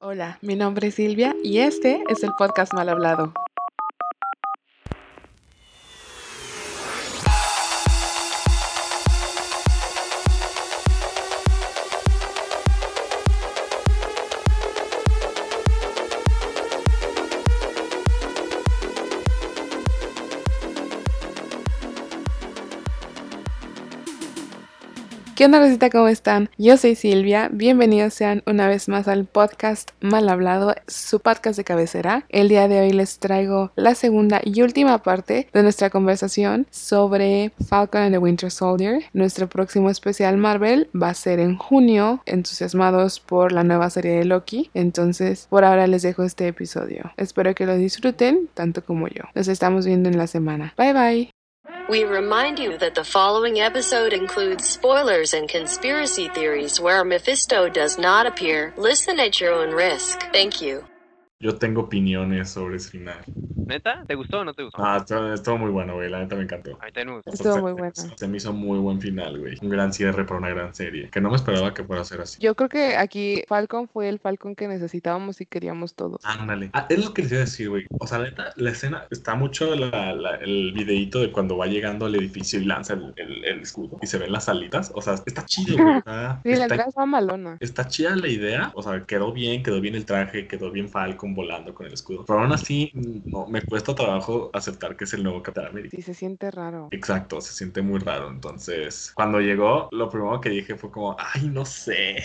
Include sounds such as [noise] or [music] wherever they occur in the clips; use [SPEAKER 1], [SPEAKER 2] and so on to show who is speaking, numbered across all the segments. [SPEAKER 1] Hola, mi nombre es Silvia y este es el podcast Mal Hablado. ¿Qué onda, Rosita? ¿Cómo están? Yo soy Silvia. Bienvenidos sean una vez más al podcast Mal Hablado, su podcast de cabecera. El día de hoy les traigo la segunda y última parte de nuestra conversación sobre Falcon and the Winter Soldier. Nuestro próximo especial Marvel va a ser en junio, entusiasmados por la nueva serie de Loki. Entonces, por ahora les dejo este episodio. Espero que lo disfruten tanto como yo. Nos estamos viendo en la semana. Bye bye.
[SPEAKER 2] We remind you that the following episode includes spoilers and conspiracy theories where Mephisto does not appear. Listen at your own risk. Thank you.
[SPEAKER 3] Yo tengo opiniones sobre ese final.
[SPEAKER 4] ¿Neta? ¿Te gustó o no te gustó?
[SPEAKER 3] Ah, estuvo, estuvo muy bueno, güey. La neta me encantó.
[SPEAKER 4] A mí también me gustó.
[SPEAKER 1] Estuvo
[SPEAKER 3] Se-
[SPEAKER 1] muy bueno.
[SPEAKER 3] Se me hizo muy buen final, güey. Un gran cierre para una gran serie. Que no me esperaba que fuera a ser así.
[SPEAKER 1] Yo creo que aquí Falcon fue el Falcon que necesitábamos y queríamos todos.
[SPEAKER 3] Ándale. Ah, es lo que les iba a decir, güey. O sea, la neta, la escena está mucho la- la- el videíto de cuando va llegando al edificio y lanza el, el- el escudo y se ven las alitas. O sea, está chido,
[SPEAKER 1] [laughs]
[SPEAKER 3] güey. Está,
[SPEAKER 1] Sí, la
[SPEAKER 3] está-
[SPEAKER 1] entrada estaba malona.
[SPEAKER 3] Está chida la idea, o sea, quedó bien, quedó bien el traje, quedó bien Falcon volando con el escudo. Pero aún así, no, me cuesta trabajo aceptar que es el nuevo Capitán América.
[SPEAKER 1] Sí, se siente raro.
[SPEAKER 3] Exacto, se siente muy raro. Entonces, cuando llegó, lo primero que dije fue como, ay, no sé.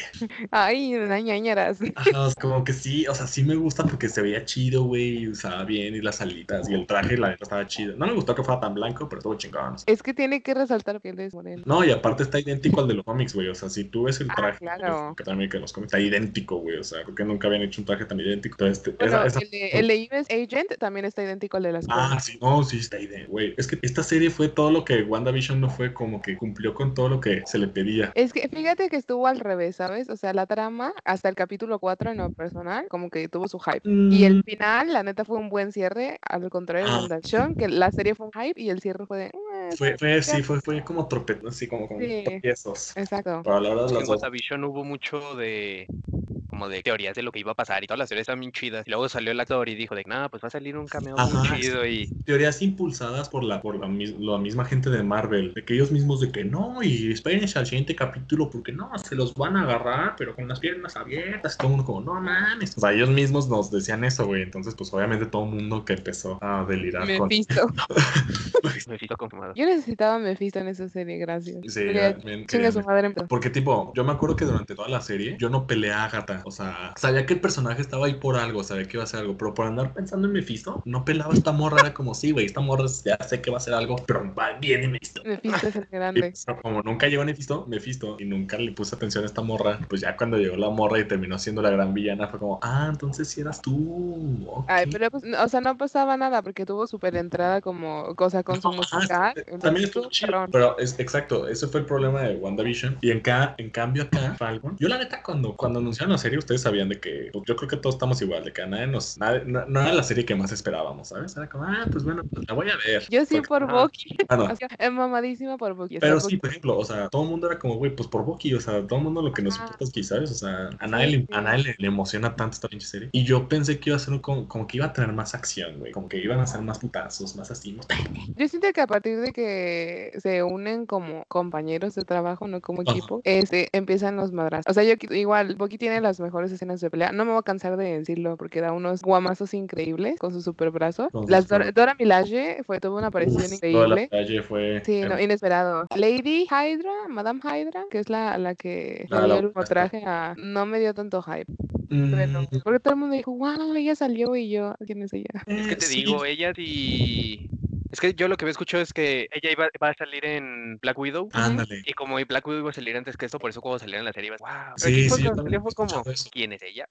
[SPEAKER 1] Ay, ñañaras.
[SPEAKER 3] Ajá, o sea, como que sí, o sea, sí me gusta porque se veía chido, güey, y usaba bien y las alitas y el traje, la neta estaba chido. No me gustó que fuera tan blanco, pero estuvo chingón. o sea.
[SPEAKER 1] Es que tiene que resaltar que él es moreno.
[SPEAKER 3] No, y aparte está idéntico al de los cómics, güey. O sea, si tú ves el
[SPEAKER 1] Ah,
[SPEAKER 3] traje
[SPEAKER 1] claro.
[SPEAKER 3] que también que los cómics está idéntico, güey. O sea, creo que nunca habían hecho un traje tan idéntico. Entonces, te-
[SPEAKER 1] Bueno,
[SPEAKER 3] esa- esa-
[SPEAKER 1] el, de, el de US Agent también está idéntico al de las
[SPEAKER 3] Ah,
[SPEAKER 1] cosas.
[SPEAKER 3] sí, no, sí, está idéntico, güey. Es que esta serie fue todo lo que WandaVision no fue, como que cumplió con todo lo que se le pedía.
[SPEAKER 1] Es que fíjate que estuvo al revés, ¿sabes? O sea, la trama hasta el capítulo 4 en lo personal, como que tuvo su hype. Y el final, la neta, fue un buen cierre, al contrario de
[SPEAKER 3] Mm. Ah.
[SPEAKER 1] WandaVision, que la serie fue un hype y el cierre fue de... "Eh,
[SPEAKER 3] Fue, fue, sí,
[SPEAKER 1] ya".
[SPEAKER 3] fue, fue como tropezón, así como con
[SPEAKER 1] Sí.
[SPEAKER 3] tropiezos.
[SPEAKER 1] Exacto.
[SPEAKER 3] Pero la verdad,
[SPEAKER 4] En
[SPEAKER 3] las dos.
[SPEAKER 4] WandaVision hubo mucho de como de teorías de lo que iba a pasar y todas las teorías están bien chidas. Y luego salió el actor y dijo de nada, pues va a salir un cameo muy
[SPEAKER 3] Ajá, [laughs]
[SPEAKER 4] chido y
[SPEAKER 3] Teorías impulsadas por la por la, mis- la misma gente de Marvel, de que ellos mismos de que no, y espérense al siguiente capítulo porque no, se los van a agarrar, pero con las piernas abiertas, todo el mundo como, no mames. O sea, ellos mismos nos decían eso, güey. Entonces, pues obviamente todo el mundo que empezó a delirar
[SPEAKER 1] Me
[SPEAKER 3] con...
[SPEAKER 1] pisto.
[SPEAKER 4] me siento confirmado.
[SPEAKER 1] Yo necesitaba a Mephisto en esa serie, gracias.
[SPEAKER 3] Sí,
[SPEAKER 1] Porque
[SPEAKER 3] realmente.
[SPEAKER 1] Chinga su madre. empezó.
[SPEAKER 3] Porque, tipo, yo me acuerdo que durante toda la serie yo no peleé a Agatha. O sea, sabía que el personaje estaba ahí por algo, sabía que iba a hacer algo. Pero por andar pensando en Mephisto, no pelaba a esta morra. Era como, sí, güey, esta morra ya sé que va a hacer algo, pero va bien en Mephisto.
[SPEAKER 1] Mephisto es el
[SPEAKER 3] Y, [laughs]
[SPEAKER 1] grande.
[SPEAKER 3] pues, como nunca llegó Mephisto, Mephisto, y nunca le puse atención a esta morra, pues ya cuando llegó la morra y terminó siendo la gran villana, fue como, ah, entonces si eras tú. ok".
[SPEAKER 1] Ay, pero pues, no- o sea, no pasaba nada porque tuvo super entrada como cosa con su
[SPEAKER 3] No,
[SPEAKER 1] música.
[SPEAKER 3] ah,
[SPEAKER 1] entonces
[SPEAKER 3] También estuvo
[SPEAKER 1] estuvo
[SPEAKER 3] chido,
[SPEAKER 1] perrón.
[SPEAKER 3] pero es exacto, ese fue el problema de WandaVision. Y en, ca- en cambio acá, Falcon, yo la neta cuando, cuando anunciaron la serie, ustedes sabían de que, pues, yo creo que todos estamos igual, de que a nadie nos, nadie- no, no era la serie que más esperábamos, ¿sabes? Era como, ah, pues bueno, pues la voy a ver.
[SPEAKER 1] Yo sí
[SPEAKER 3] Porque-
[SPEAKER 1] por
[SPEAKER 4] ajá.
[SPEAKER 1] Bucky,
[SPEAKER 3] ah, no.
[SPEAKER 1] o sea, eh, mamadísima por Bucky. o sea,
[SPEAKER 3] Pero
[SPEAKER 1] Bucky-
[SPEAKER 3] sí, por ejemplo, o sea, todo el mundo era como, güey, pues por Bucky, o sea, todo el mundo lo que nos
[SPEAKER 1] Ajá.
[SPEAKER 3] importa es que, ¿sabes? O sea, a nadie,
[SPEAKER 1] Sí,
[SPEAKER 3] le, a
[SPEAKER 1] sí.
[SPEAKER 3] nadie le, le emociona tanto esta pinche serie. Y yo pensé que iba a ser un- como, como que iba a tener más acción, güey, como que iban a ser más putazos, más así, más
[SPEAKER 1] Yo siento que a partir de que se unen como compañeros de trabajo, no como
[SPEAKER 3] Ajá.
[SPEAKER 1] equipo, este, empiezan los madrazos. O sea, yo qui- igual, Bucky tiene las mejores escenas de pelea. No me voy a cansar de decirlo porque da unos guamazos increíbles con su super brazo.
[SPEAKER 3] Con su
[SPEAKER 1] Las
[SPEAKER 3] super-
[SPEAKER 1] Dora, Dora Milaje fue, tuvo una aparición
[SPEAKER 3] Uf, toda la
[SPEAKER 1] increíble.
[SPEAKER 3] calle fue.
[SPEAKER 1] Sí, no, inesperado. Lady Hydra, Madame Hydra, que es la, la que
[SPEAKER 3] Ah,
[SPEAKER 1] le
[SPEAKER 3] la
[SPEAKER 1] dio el último
[SPEAKER 3] opuesta.
[SPEAKER 1] traje a... No me dio tanto hype,
[SPEAKER 3] Mm,
[SPEAKER 1] pero... Porque todo el mundo dijo, wow, ella salió y yo, ¿quién es ella? [laughs]
[SPEAKER 4] Es que te
[SPEAKER 3] sí.
[SPEAKER 1] eh,
[SPEAKER 4] digo, ella sí... Es que yo lo que había escuchado es que ella iba, va a salir en Black Widow.
[SPEAKER 1] eh,
[SPEAKER 3] Ándale.
[SPEAKER 4] Y como Black Widow iba a salir antes que esto, por eso cuando salió en la serie, ibas, wow.
[SPEAKER 3] Sí, sí, yo
[SPEAKER 4] cuando
[SPEAKER 3] también
[SPEAKER 4] salió fue como,
[SPEAKER 3] escuchaba eso.
[SPEAKER 4] ¿quién
[SPEAKER 1] [laughs]
[SPEAKER 4] es ella?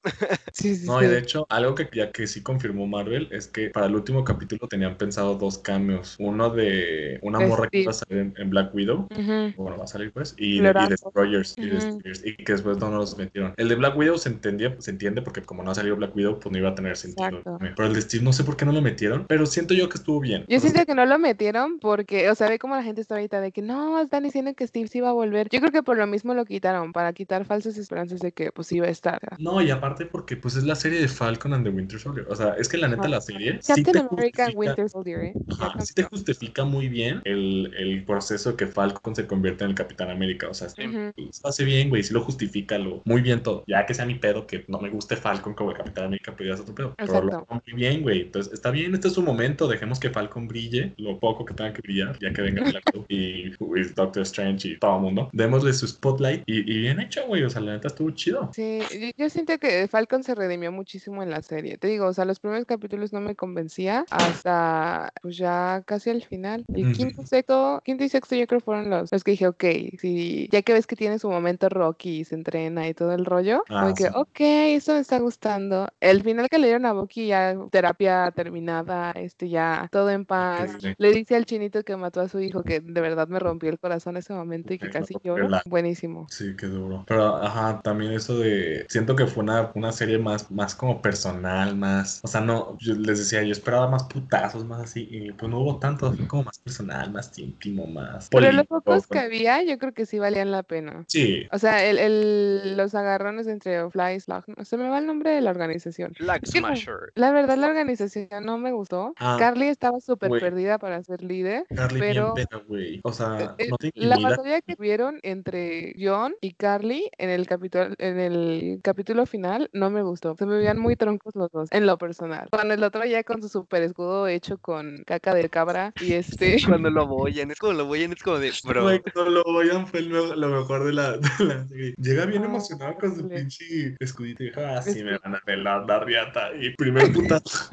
[SPEAKER 1] Sí, sí,
[SPEAKER 3] No, y
[SPEAKER 1] sí.
[SPEAKER 3] de hecho, algo que ya que sí confirmó Marvel es que para el último capítulo tenían pensado dos cambios. Uno de una
[SPEAKER 1] De
[SPEAKER 3] morra que
[SPEAKER 1] Steve.
[SPEAKER 3] iba a salir en, en Black Widow.
[SPEAKER 1] Ujú.
[SPEAKER 3] Bueno, va a salir pues. Y, de, y
[SPEAKER 1] Lorazo.
[SPEAKER 3] Destroyers, y
[SPEAKER 1] Ujú.
[SPEAKER 3] Destroyers, Y que después no nos metieron. El de Black Widow se entendía, se entiende porque como no ha salido Black Widow, pues no iba a tener sentido.
[SPEAKER 1] Exacto.
[SPEAKER 3] Pero el de Steve no sé por qué no lo metieron. Pero siento yo que estuvo bien.
[SPEAKER 1] Yo
[SPEAKER 3] O sea,
[SPEAKER 1] siento que no lo metieron porque, o sea, ve como la gente está ahorita de que no, están diciendo que Steve sí va a volver. Yo creo que por lo mismo lo quitaron, para quitar falsas esperanzas de que pues iba a estar. ¿verdad?
[SPEAKER 3] No, y aparte porque pues es la serie de Falcon and the Winter Soldier. O sea, es que la neta la serie sí
[SPEAKER 1] Captain
[SPEAKER 3] te
[SPEAKER 1] America
[SPEAKER 3] justifica-
[SPEAKER 1] Winter Soldier, ¿eh?
[SPEAKER 3] Ajá,
[SPEAKER 1] Ya
[SPEAKER 3] sí te
[SPEAKER 1] cambió.
[SPEAKER 3] justifica muy bien el, el proceso que Falcon se convierte en el Capitán América. O sea, sí,
[SPEAKER 1] Ujú.
[SPEAKER 3] lo hace bien, güey, sí lo justifica, lo, muy bien todo. Ya que sea mi pedo que no me guste Falcon como el Capitán América, pero ya es otro pedo. Pero lo
[SPEAKER 1] Exacto.
[SPEAKER 3] hace muy bien, güey. Entonces, está bien, este es su momento. Dejemos que Falcon brille lo poco que tenga que brillar, ya que venga Black Widow y [laughs] with Doctor Strange y todo el mundo. Démosle su spotlight y, y bien hecho, güey. O sea, la neta estuvo chido.
[SPEAKER 1] Sí, yo, yo siento que Falcon se redimió muchísimo en la serie. Te digo, o sea, los primeros capítulos no me convencía hasta pues ya casi al final. El
[SPEAKER 3] Ujú.
[SPEAKER 1] quinto, sexto, quinto y sexto yo creo fueron los, los que dije, ok, si, ya que ves que tiene su momento Rocky y se entrena y todo el rollo,
[SPEAKER 3] Ah,
[SPEAKER 1] como que,
[SPEAKER 3] sí.
[SPEAKER 1] ok, eso me está gustando. El final que le dieron a Bucky ya terapia terminada, este ya todo en paz.
[SPEAKER 3] sí.
[SPEAKER 1] Le dice al chinito que mató a su hijo que de verdad me rompió el corazón ese momento y que
[SPEAKER 3] Ok,
[SPEAKER 1] casi
[SPEAKER 3] no,
[SPEAKER 1] lloro.
[SPEAKER 3] la-
[SPEAKER 1] Buenísimo.
[SPEAKER 3] Sí, qué duro. Pero, ajá, también eso de. Siento que fue una, una serie más, más como personal, más. O sea, no. Yo les decía, yo esperaba más putazos, más así. Y pues no hubo tanto. Fue como más personal, más íntimo, más.
[SPEAKER 1] Pero los
[SPEAKER 3] político,
[SPEAKER 1] pocos que
[SPEAKER 3] con-
[SPEAKER 1] había, yo creo que sí valían la pena.
[SPEAKER 3] Sí.
[SPEAKER 1] O sea, el, el- los agarrones entre Fly y Slug. Se me va el nombre de la organización.
[SPEAKER 4] Flag
[SPEAKER 1] Es que como-
[SPEAKER 4] Smasher.
[SPEAKER 1] La verdad, la organización no me gustó.
[SPEAKER 3] Ah,
[SPEAKER 1] Carly estaba súper
[SPEAKER 3] güey.
[SPEAKER 1] perdida para ser líder.
[SPEAKER 3] Carly
[SPEAKER 1] pero-
[SPEAKER 3] bien pena, güey. O sea,
[SPEAKER 1] Eh,
[SPEAKER 3] no te
[SPEAKER 1] La
[SPEAKER 3] intimida.
[SPEAKER 1] batalla que tuvieron entre John y Carly en el, capítulo en el capítulo final no me gustó. Se me veían muy troncos los dos, en lo personal. Con el otro ya con su super escudo hecho con caca de cabra y este...
[SPEAKER 4] Cuando lo apoyan, es como lo apoyan, es como de, bro.
[SPEAKER 3] Güey, cuando lo oían fue el mejor- lo mejor de la, [laughs] de la serie. Llega bien
[SPEAKER 1] Ah,
[SPEAKER 3] emocionado con su
[SPEAKER 1] horrible.
[SPEAKER 3] pinche escudito y dijo, ah, sí,
[SPEAKER 1] Es
[SPEAKER 3] me van a pelar la riata. Y primer putazo.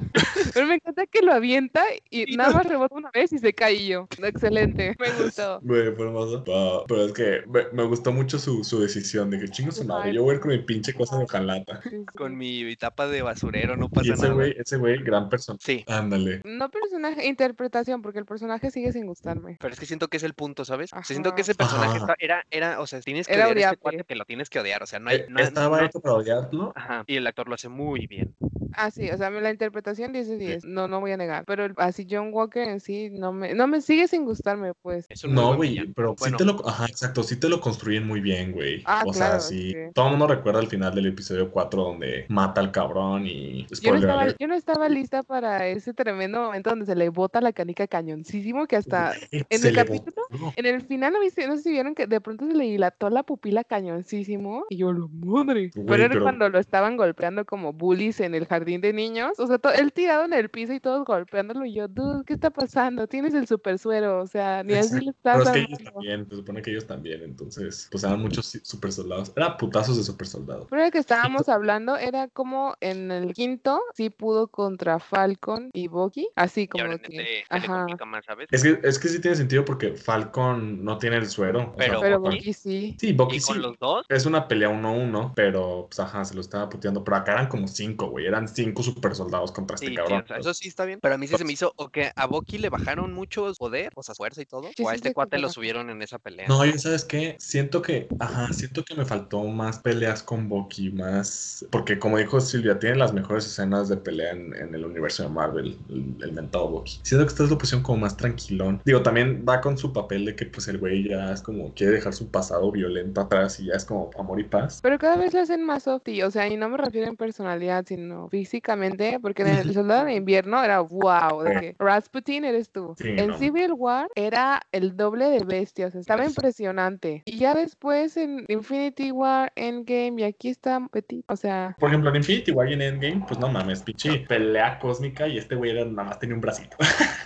[SPEAKER 1] Pero me encanta que lo avienta
[SPEAKER 4] Sí,
[SPEAKER 1] y nada más rebota una vez y se cae y yo. Excelente, me gustó.
[SPEAKER 3] Güey, fue hermoso. Ah, pero es que me, me gustó mucho su, su decisión de que chingo su madre. Yo voy a ir con mi pinche cosa de hojalata.
[SPEAKER 1] Sí, sí.
[SPEAKER 4] Con mi tapa de basurero no
[SPEAKER 3] Y
[SPEAKER 4] pasa
[SPEAKER 3] ese
[SPEAKER 4] nada.
[SPEAKER 3] güey, ese güey, gran persona.
[SPEAKER 4] Sí,
[SPEAKER 3] Ándale.
[SPEAKER 1] No personaje, interpretación, porque el personaje sigue sin gustarme.
[SPEAKER 4] pero es que siento que es el punto, ¿sabes? O sea, siento que
[SPEAKER 1] Ajá.
[SPEAKER 4] ese personaje
[SPEAKER 3] Ajá.
[SPEAKER 4] está- era, era, o sea, tienes que
[SPEAKER 1] Era
[SPEAKER 4] odiar a este
[SPEAKER 1] odiable.
[SPEAKER 4] cuate que lo tienes que odiar, o sea, no hay, Ah,
[SPEAKER 3] Eh,
[SPEAKER 4] no-
[SPEAKER 3] Estaba
[SPEAKER 4] no-
[SPEAKER 3] hecho para odiarlo.
[SPEAKER 4] Ajá, y el actor lo hace muy bien.
[SPEAKER 1] Ah, sí, o sea, la interpretación 10 de 10, no, no voy a negar. Pero el- así John Walker en sí no me, no me sigue sin gustarme, pues.
[SPEAKER 4] Es un muy
[SPEAKER 3] No,
[SPEAKER 4] buen
[SPEAKER 3] güey,
[SPEAKER 4] villano.
[SPEAKER 3] pero
[SPEAKER 4] Bueno.
[SPEAKER 3] sí te lo. Ajá, exacto, sí te lo construyen muy bien, güey.
[SPEAKER 1] Ah,
[SPEAKER 3] o
[SPEAKER 1] claro,
[SPEAKER 3] sea, sí.
[SPEAKER 1] sí.
[SPEAKER 3] Todo el mundo recuerda el final del episodio 4 donde mata al cabrón y.
[SPEAKER 1] Yo no,
[SPEAKER 3] Spoiler
[SPEAKER 1] estaba,
[SPEAKER 3] alert.
[SPEAKER 1] yo no estaba lista para ese tremendo momento donde se le bota la canica cañoncísimo que hasta en
[SPEAKER 3] Se
[SPEAKER 1] el
[SPEAKER 3] le
[SPEAKER 1] capítulo,
[SPEAKER 3] botó.
[SPEAKER 1] en el final no, viste- no sé si vieron que de pronto se le dilató la pupila cañoncísimo y yo lo madre.
[SPEAKER 3] Güey,
[SPEAKER 1] pero era
[SPEAKER 3] pero-
[SPEAKER 1] cuando lo estaban golpeando como bullies en el jardín de niños, o sea, to- él tirado en el piso y todos golpeándolo y yo, dude, ¿qué está pasando? Tienes el super suero, o sea, ni así le
[SPEAKER 3] [laughs] Pero
[SPEAKER 1] estás
[SPEAKER 3] es que ellos
[SPEAKER 1] armando.
[SPEAKER 3] también, se supone que ellos también, entonces, pues eran muchos super soldados. Era putazos de super soldados.
[SPEAKER 1] Pero lo que estábamos hablando era como en el quinto sí pudo contra Falcon y Bucky, así
[SPEAKER 4] Y
[SPEAKER 1] como
[SPEAKER 4] ahora en
[SPEAKER 1] que,
[SPEAKER 4] este se le
[SPEAKER 1] ajá,
[SPEAKER 4] complica más, ¿sabes?
[SPEAKER 3] Es que, es que sí tiene sentido porque Falcon no tiene el suero. o sea,
[SPEAKER 4] Pero
[SPEAKER 1] pero
[SPEAKER 4] Bucky-
[SPEAKER 1] Bucky sí.
[SPEAKER 3] Sí, Bucky
[SPEAKER 4] Y con
[SPEAKER 3] sí. Ah,
[SPEAKER 4] los dos,
[SPEAKER 3] Es una pelea 1-1, pero pues ajá, se lo estaba puteando. Pero acá eran como 5, güey. Eran 5 super soldados contra este
[SPEAKER 4] sí, sí,
[SPEAKER 3] cabrón. pues
[SPEAKER 4] o sea, eso sí está bien. Pero a mí sí se me hizo, o que a Bucky le bajaron mucho poder, o sea, fuerza y todo,
[SPEAKER 1] Sí,
[SPEAKER 4] o a
[SPEAKER 1] sí,
[SPEAKER 4] este
[SPEAKER 1] sí,
[SPEAKER 4] cuate
[SPEAKER 1] le
[SPEAKER 4] lo
[SPEAKER 1] bajaron.
[SPEAKER 4] subieron en esa pelea. [laughs]
[SPEAKER 3] No, yo sabes qué, siento que, ajá, siento que me faltó más peleas con Bucky, más, porque como dijo Silvia, tiene las mejores escenas de pelea en, en el universo de Marvel, el, el mentado Bucky. Siento que esta es la opción como más tranquilón. Digo, también va con su papel de que pues el güey ya es como quiere dejar su pasado violento atrás y ya es como amor y paz.
[SPEAKER 1] Pero cada vez lo hacen más softy, o sea, y no me refiero en personalidad, sino físicamente, porque en el
[SPEAKER 3] [laughs] Ujú.
[SPEAKER 1] Soldado de Invierno era wow, de
[SPEAKER 3] Sí.
[SPEAKER 1] que Rasputin eres tú.
[SPEAKER 3] Sí,
[SPEAKER 1] en
[SPEAKER 3] no.
[SPEAKER 1] Civil War era el doble de bestia, o sea, estaba
[SPEAKER 4] Yes.
[SPEAKER 1] impresionante. Y ya después en Infinity War, Endgame, y aquí está Petit, o sea,
[SPEAKER 3] Por ejemplo, en Infinity War y en Endgame, pues no mames, pinche pelea cósmica y este güey era, nada más tenía un bracito.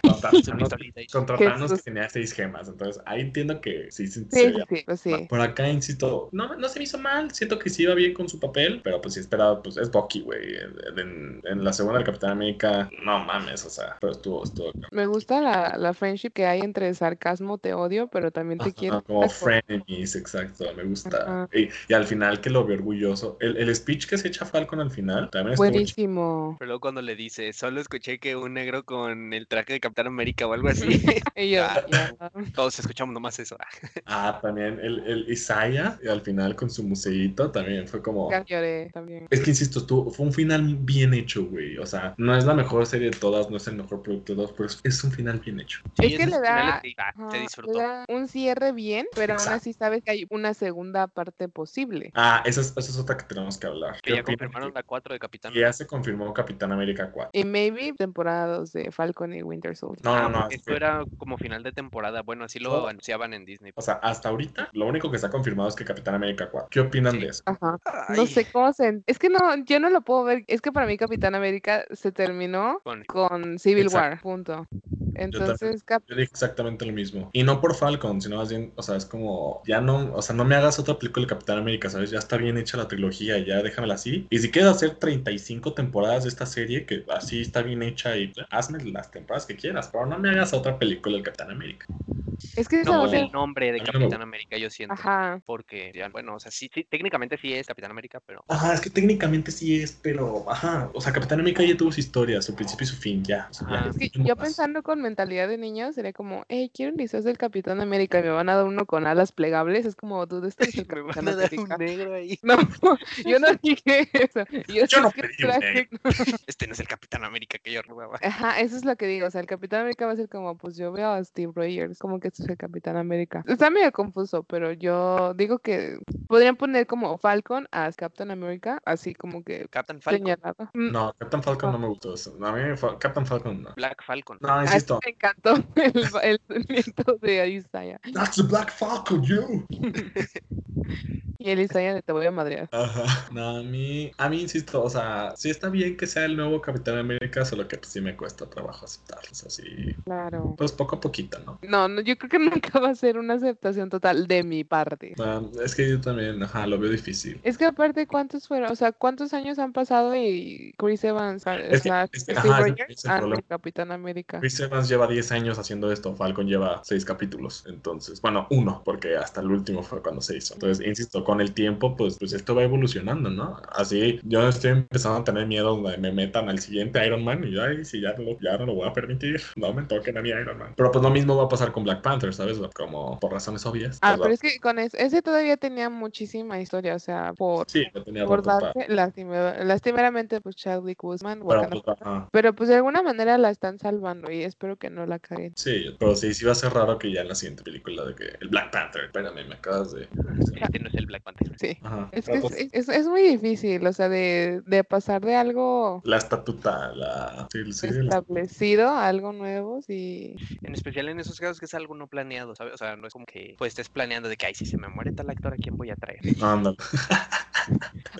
[SPEAKER 3] Contra
[SPEAKER 4] Su
[SPEAKER 3] Thanos-
[SPEAKER 4] pistolita y-
[SPEAKER 3] contra
[SPEAKER 1] Qué
[SPEAKER 3] Thanos que
[SPEAKER 1] susto.
[SPEAKER 3] tenía seis gemas. Entonces, ahí entiendo que sí, sí,
[SPEAKER 1] sí,
[SPEAKER 3] se
[SPEAKER 1] sí,
[SPEAKER 3] veía
[SPEAKER 1] sí, pues sí.
[SPEAKER 3] Por acá, insisto, no, no se me hizo mal. Siento que sí iba bien con su papel, pero pues sí esperaba, pues es Bucky, güey. En, en la segunda del Capitán América, no mames, o sea, pero estuvo, estuvo.
[SPEAKER 1] Me gusta la, la friendship que hay entre sarcasmo, te odio, pero también te quiero.
[SPEAKER 3] Ajá, Ah,
[SPEAKER 1] [laughs]
[SPEAKER 3] como
[SPEAKER 1] Exacto.
[SPEAKER 3] frenemies, exacto, me gusta.
[SPEAKER 1] Ajá.
[SPEAKER 3] Y, y al final que lo vi orgulloso. El, el speech que se echa Falcon al final también estuvo chido.
[SPEAKER 1] Buenísimo.
[SPEAKER 4] Pero luego cuando le dice, solo escuché que un negro con el traje de Capitán América o algo
[SPEAKER 3] [laughs]
[SPEAKER 4] así.
[SPEAKER 5] Y yo,
[SPEAKER 4] Ah.
[SPEAKER 5] ya.
[SPEAKER 4] Todos escuchamos nomás eso. Ah,
[SPEAKER 3] Ah, también el, el Isaiah, al final con su museíto, también fue como...
[SPEAKER 1] Ya lloré también.
[SPEAKER 3] Es que insisto, tú, fue un final bien hecho, güey. O sea, no es la mejor serie de todas, no es el mejor producto de todas, pero es- es un final bien hecho.
[SPEAKER 1] Es
[SPEAKER 4] sí,
[SPEAKER 1] que
[SPEAKER 4] esos
[SPEAKER 1] le da-
[SPEAKER 4] finales sí, ah,
[SPEAKER 1] Ajá,
[SPEAKER 4] se
[SPEAKER 1] le
[SPEAKER 4] disfrutó.
[SPEAKER 1] da un cierre bien, pero aún
[SPEAKER 3] Exacto.
[SPEAKER 1] así sabes que hay una segunda parte posible.
[SPEAKER 3] Ah, esa es, esa es otra que tenemos que hablar.
[SPEAKER 4] Que ya
[SPEAKER 3] ¿Qué opinan?
[SPEAKER 4] confirmaron la 4 de Capitán.
[SPEAKER 3] Que ya se confirmó Capitán América 4.
[SPEAKER 1] Y maybe temporadas de Falcon y Winter Soldier.
[SPEAKER 3] No, no,
[SPEAKER 4] Ah,
[SPEAKER 3] no.
[SPEAKER 4] porque
[SPEAKER 3] es
[SPEAKER 4] esto
[SPEAKER 3] que-
[SPEAKER 4] era como final de temporada. Bueno, así lo
[SPEAKER 3] Oh.
[SPEAKER 4] anunciaban en Disney.
[SPEAKER 3] O sea, hasta ahorita lo único que está confirmado es que Capitán América 4. ¿Qué opinan
[SPEAKER 4] Sí.
[SPEAKER 3] de eso?
[SPEAKER 1] Ajá. No sé cómo se... Es que no, yo no lo puedo ver. Es que para mí Capitán América se terminó
[SPEAKER 4] Con-
[SPEAKER 1] con Civil
[SPEAKER 3] Exacto.
[SPEAKER 1] War, punto. Entonces, Cap-
[SPEAKER 3] Yo dije exactamente lo mismo. Y no por Falcon, sino más bien, o sea, es como, ya no, o sea, no me hagas otra película de Capitán América, ¿sabes? Ya está bien hecha la trilogía, ya déjamela así. Y si quieres hacer 35 temporadas de esta serie, que así está bien hecha y hazme las temporadas que quieras, pero no me hagas otra película del Capitán América.
[SPEAKER 1] es que esa
[SPEAKER 4] No,
[SPEAKER 1] va a
[SPEAKER 4] el
[SPEAKER 1] ser-
[SPEAKER 4] nombre de
[SPEAKER 3] A mí no me
[SPEAKER 4] Capitán
[SPEAKER 3] gusta.
[SPEAKER 4] América, yo siento.
[SPEAKER 1] Ajá.
[SPEAKER 4] Porque, ya, bueno, o sea, sí, sí, técnicamente sí es Capitán América, pero
[SPEAKER 3] Ajá, es que técnicamente sí es, pero, ajá, o sea, Capitán América ya tuvo su historia, su principio y su fin, ya. O sea, ya
[SPEAKER 4] Ah.
[SPEAKER 3] no
[SPEAKER 1] Es que
[SPEAKER 3] tengo
[SPEAKER 1] yo
[SPEAKER 3] más.
[SPEAKER 1] pensando con mentalidad de niño sería como, hey, quiero un disfraz del Capitán América y me van a dar uno con alas plegables. Es como, dude,
[SPEAKER 4] [laughs]
[SPEAKER 1] este es el
[SPEAKER 4] me
[SPEAKER 1] Capitán
[SPEAKER 4] van a dar un
[SPEAKER 1] América.
[SPEAKER 4] negro
[SPEAKER 1] [laughs]
[SPEAKER 4] ahí.
[SPEAKER 1] No, yo no dije eso. Yo, sí
[SPEAKER 3] no
[SPEAKER 1] que
[SPEAKER 3] pedí un
[SPEAKER 1] traje-
[SPEAKER 4] Este no es el Capitán América que yo robaba.
[SPEAKER 1] Ajá, eso es lo que digo. O sea, el Capitán América va a ser como, pues yo veo a Steve Rogers, como que este es el Capitán América. Está medio confuso, pero yo digo que podrían poner como Falcon a Captain America, así como que
[SPEAKER 4] Captain Falcon,
[SPEAKER 1] señalado. Mm,
[SPEAKER 3] No, Captain Falcon no me gustó eso. A mí, Fa- Captain Falcon no.
[SPEAKER 4] Black Falcon.
[SPEAKER 3] No,
[SPEAKER 1] a
[SPEAKER 3] insisto.
[SPEAKER 1] este me encantó [laughs] el, el nieto de Isaiah.
[SPEAKER 3] That's the Black Falcon, you.
[SPEAKER 1] Y el Isaiah de te voy a madrear.
[SPEAKER 3] Ajá. No, a mí, a mí insisto, o sea, sí está bien que sea el nuevo Capitán América, solo que pues, sí me cuesta trabajo aceptarlo. O sea, sí,
[SPEAKER 1] Claro.
[SPEAKER 3] pues poco a poquito, ¿no?
[SPEAKER 1] No, no, yo creo que nunca va a ser una aceptación total de mi parte.
[SPEAKER 3] Ah, es que yo también, ajá, lo veo difícil.
[SPEAKER 1] Es que aparte, ¿cuántos fueron? O sea, ¿cuántos años han pasado y Chris Evans, o
[SPEAKER 3] Es que-
[SPEAKER 1] sea,
[SPEAKER 3] es que,
[SPEAKER 1] Steve
[SPEAKER 3] ajá, ese-
[SPEAKER 1] Rogers,
[SPEAKER 3] ese es el
[SPEAKER 1] ah,
[SPEAKER 3] problema.
[SPEAKER 1] Capitán América?
[SPEAKER 3] Chris Evans lleva 10 años haciendo esto, Falcon lleva 6 capítulos, entonces, bueno, uno, porque hasta el último fue cuando se hizo. Entonces, insisto, con el tiempo, pues, pues esto va evolucionando, ¿no? Así, yo estoy empezando a tener miedo de me metan al siguiente Iron Man y ay, si ya, no lo, ya no lo voy a permitir, [laughs] no me toquen a mi Iron Man. Pero pues lo mismo va a pasar con Black Panther, ¿sabes? Como por razones obvias.
[SPEAKER 1] Ah,
[SPEAKER 3] pues, va-
[SPEAKER 1] pero es que con ese, ese todavía tenía muchísima historia, o sea, por
[SPEAKER 3] Sí, lo tenía
[SPEAKER 1] por
[SPEAKER 3] roto, pa-
[SPEAKER 1] darse lastime- lastimeramente pues Chadwick Boseman,
[SPEAKER 3] pero,
[SPEAKER 1] Wakanda
[SPEAKER 3] pues,
[SPEAKER 1] Forever,
[SPEAKER 3] ajá.
[SPEAKER 1] pero pues de alguna manera la están salvando y espero que no la caguen.
[SPEAKER 3] Sí, pero sí, sí va a ser raro que ya en la siguiente película de que el Black Panther, espérame, me acabas de...
[SPEAKER 4] Este no es el Black Panther.
[SPEAKER 1] Sí.
[SPEAKER 3] Ajá.
[SPEAKER 1] Es que
[SPEAKER 3] Pero,
[SPEAKER 1] es,
[SPEAKER 3] pues,
[SPEAKER 1] es- es muy difícil, o sea, de, de pasar de algo
[SPEAKER 3] La estatuta, la. Sí, sí, la-
[SPEAKER 1] establecido a algo nuevo, sí.
[SPEAKER 4] En especial en esos casos que es algo no planeado, ¿sabes? O sea, no es como que pues estés planeando de que, ay, si se me muere tal actor, ¿a quién voy a traer?
[SPEAKER 3] Ándale.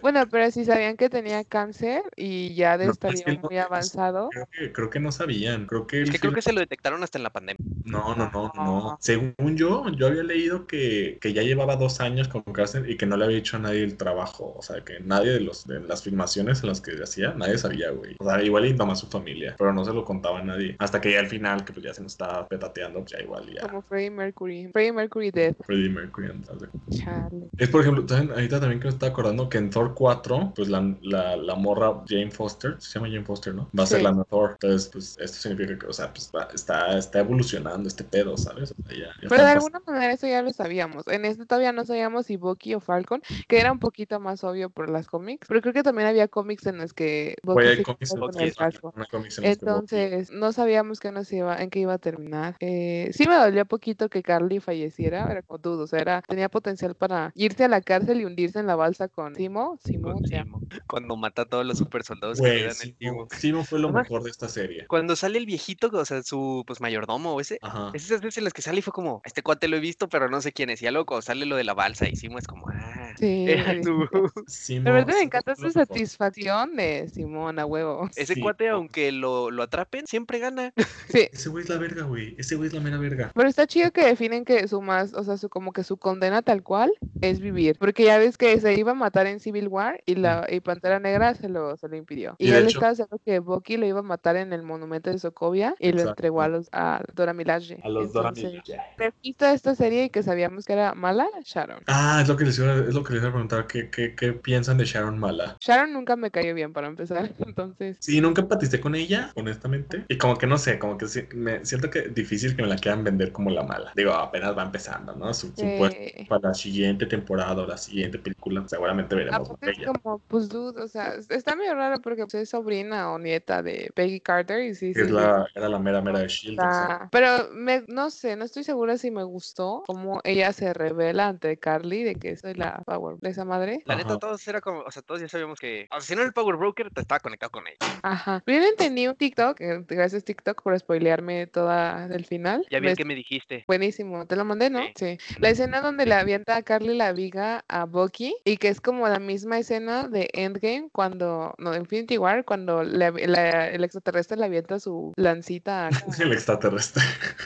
[SPEAKER 1] Bueno, pero si sabían que tenía cáncer y ya de-
[SPEAKER 3] No, es que
[SPEAKER 1] estaría
[SPEAKER 3] no
[SPEAKER 1] muy
[SPEAKER 3] es-
[SPEAKER 1] avanzado.
[SPEAKER 3] Creo que, creo que no sabían. Creo que.
[SPEAKER 4] Es
[SPEAKER 3] él
[SPEAKER 4] Ah. que
[SPEAKER 3] sí
[SPEAKER 4] creo
[SPEAKER 3] la-
[SPEAKER 4] que se lo detectaron hasta en la pandemia.
[SPEAKER 3] No, no, no, no. Según yo, yo había leído que, que ya llevaba dos años con cárcel y que no le había hecho a nadie el trabajo. O sea, que nadie de, los, de las filmaciones en las que hacía, nadie sabía, güey. O sea, igual y nomás su familia, pero no se lo contaba a nadie. Hasta que ya al final, que pues ya se nos estaba petateando, pues ya igual, ya.
[SPEAKER 1] Como Freddie Mercury. Freddie Mercury Death.
[SPEAKER 3] Freddie Mercury, entonces.
[SPEAKER 1] Chale.
[SPEAKER 3] Es por ejemplo, ¿saben? ahorita también que me estaba acordando que en Thor 4, pues la, la, la morra Jane Foster, se llama Jane Foster, ¿no? Va a ser
[SPEAKER 1] Sí.
[SPEAKER 3] la nueva Thor. Entonces, pues esto significa que, o sea, pues va- está, está evolucionando este pedo, ¿sabes? O sea, ya, ya
[SPEAKER 1] Pero de
[SPEAKER 3] están
[SPEAKER 1] alguna manera eso ya lo sabíamos. En este todavía no sabíamos si Bucky o Falcon, que era un poquito más obvio por las cómics, pero creo que también había cómics en los que
[SPEAKER 3] pas-
[SPEAKER 1] Bucky
[SPEAKER 3] Güey, hay
[SPEAKER 1] se
[SPEAKER 3] cómics en
[SPEAKER 1] quedó
[SPEAKER 3] los
[SPEAKER 1] con el
[SPEAKER 3] que-
[SPEAKER 1] Falcon.
[SPEAKER 3] hay cómics en los que Bucky-
[SPEAKER 1] Entonces, no sabíamos que nos iba, en qué iba a terminar. Eh, sí me dolió poquito que Carly falleciera, era como dudo, o sea, era, tenía potencial para irse a la cárcel y hundirse en la balsa con Simo, Simo,
[SPEAKER 4] con
[SPEAKER 1] se llama.
[SPEAKER 4] Timo, Cuando mata a todos los super soldados que le
[SPEAKER 3] Güey,
[SPEAKER 4] dan el Timo.
[SPEAKER 3] Simo, Simo fue lo
[SPEAKER 4] Además-
[SPEAKER 3] mejor de esta serie.
[SPEAKER 4] Cuando sale el viejito, o sea, su pues mayordomo o ese.
[SPEAKER 3] Ajá.
[SPEAKER 4] Es esas veces en las que sale y fue como, "A este cuate lo he visto, pero no sé quién es. Y ya luego cuando sale lo de la balsa, hicimos como, ah,
[SPEAKER 3] [laughs]
[SPEAKER 1] Sí.
[SPEAKER 4] era tú".
[SPEAKER 3] Simo,
[SPEAKER 1] La verdad me
[SPEAKER 3] Simo
[SPEAKER 1] encanta
[SPEAKER 3] fue
[SPEAKER 1] esa
[SPEAKER 3] lo mejor.
[SPEAKER 1] satisfacción de Simón a huevo. [laughs]
[SPEAKER 4] Ese
[SPEAKER 3] Sí,
[SPEAKER 4] cuate,
[SPEAKER 3] güey.
[SPEAKER 4] aunque lo, lo atrapen, siempre gana.
[SPEAKER 1] Sí,
[SPEAKER 3] Ese güey es la verga, güey. Ese güey es la mera verga.
[SPEAKER 1] Pero está chido que definen que su más, o sea, su como que su condena tal cual es vivir, porque ya ves que se iba a matar en Civil War y la y Pantera Negra se lo, se lo impidió. Y,
[SPEAKER 3] Y de
[SPEAKER 1] él
[SPEAKER 3] hecho-
[SPEAKER 1] estaba seguro que Bucky lo iba a matar en el monumento de Sokovia y lo
[SPEAKER 3] Exacto.
[SPEAKER 1] entregó a los a Dora Milaje.
[SPEAKER 3] A los Dora
[SPEAKER 1] Entonces, perfecta esta serie y que sabíamos que era mala, Sharon.
[SPEAKER 3] Ah, es lo que les iba, es lo que que les iba a preguntar, ¿qué, qué, qué piensan de Sharon Mala?
[SPEAKER 1] Sharon nunca me cayó bien para empezar, [laughs] entonces.
[SPEAKER 3] Sí, nunca empaticé con ella, honestamente. Y como que no sé, como que sí- me siento que difícil que me la quieran vender como la mala. Digo, apenas va empezando, ¿no? Su, su puesto
[SPEAKER 1] eh,
[SPEAKER 3] para la siguiente temporada o la siguiente película, seguramente veremos más
[SPEAKER 1] Aparte
[SPEAKER 3] de
[SPEAKER 1] es
[SPEAKER 3] ella.
[SPEAKER 1] como, pues dude, o sea, es- está medio raro porque pues, es sobrina o nieta de Peggy Carter y sí,
[SPEAKER 3] Que
[SPEAKER 1] sí.
[SPEAKER 3] es la, era la mera mera de Shield. o sea.
[SPEAKER 1] está- Pero me, no sé, no estoy segura si me gustó cómo ella se revela ante Carly de que soy la Power de esa madre.
[SPEAKER 4] La neta,
[SPEAKER 3] Ajá.
[SPEAKER 4] todos era como, o sea, todos ya sabíamos que, o sea, si no era el Power Broker, te estaba conectado con ella.
[SPEAKER 1] Ajá. Bien entendí un TikTok, eh, gracias TikTok por spoilearme toda el final.
[SPEAKER 4] Ya vi
[SPEAKER 1] Me-
[SPEAKER 4] el que me dijiste.
[SPEAKER 1] Buenísimo, te lo mandé, ¿no?
[SPEAKER 4] Sí.
[SPEAKER 1] Sí. La escena donde le avienta a Carly la viga a Bucky y que es como la misma escena de Endgame cuando, no, de Infinity War, cuando le avi- la- el extraterrestre le avienta su lancita
[SPEAKER 3] [laughs]
[SPEAKER 1] a...
[SPEAKER 3] [laughs] El extraterrestre.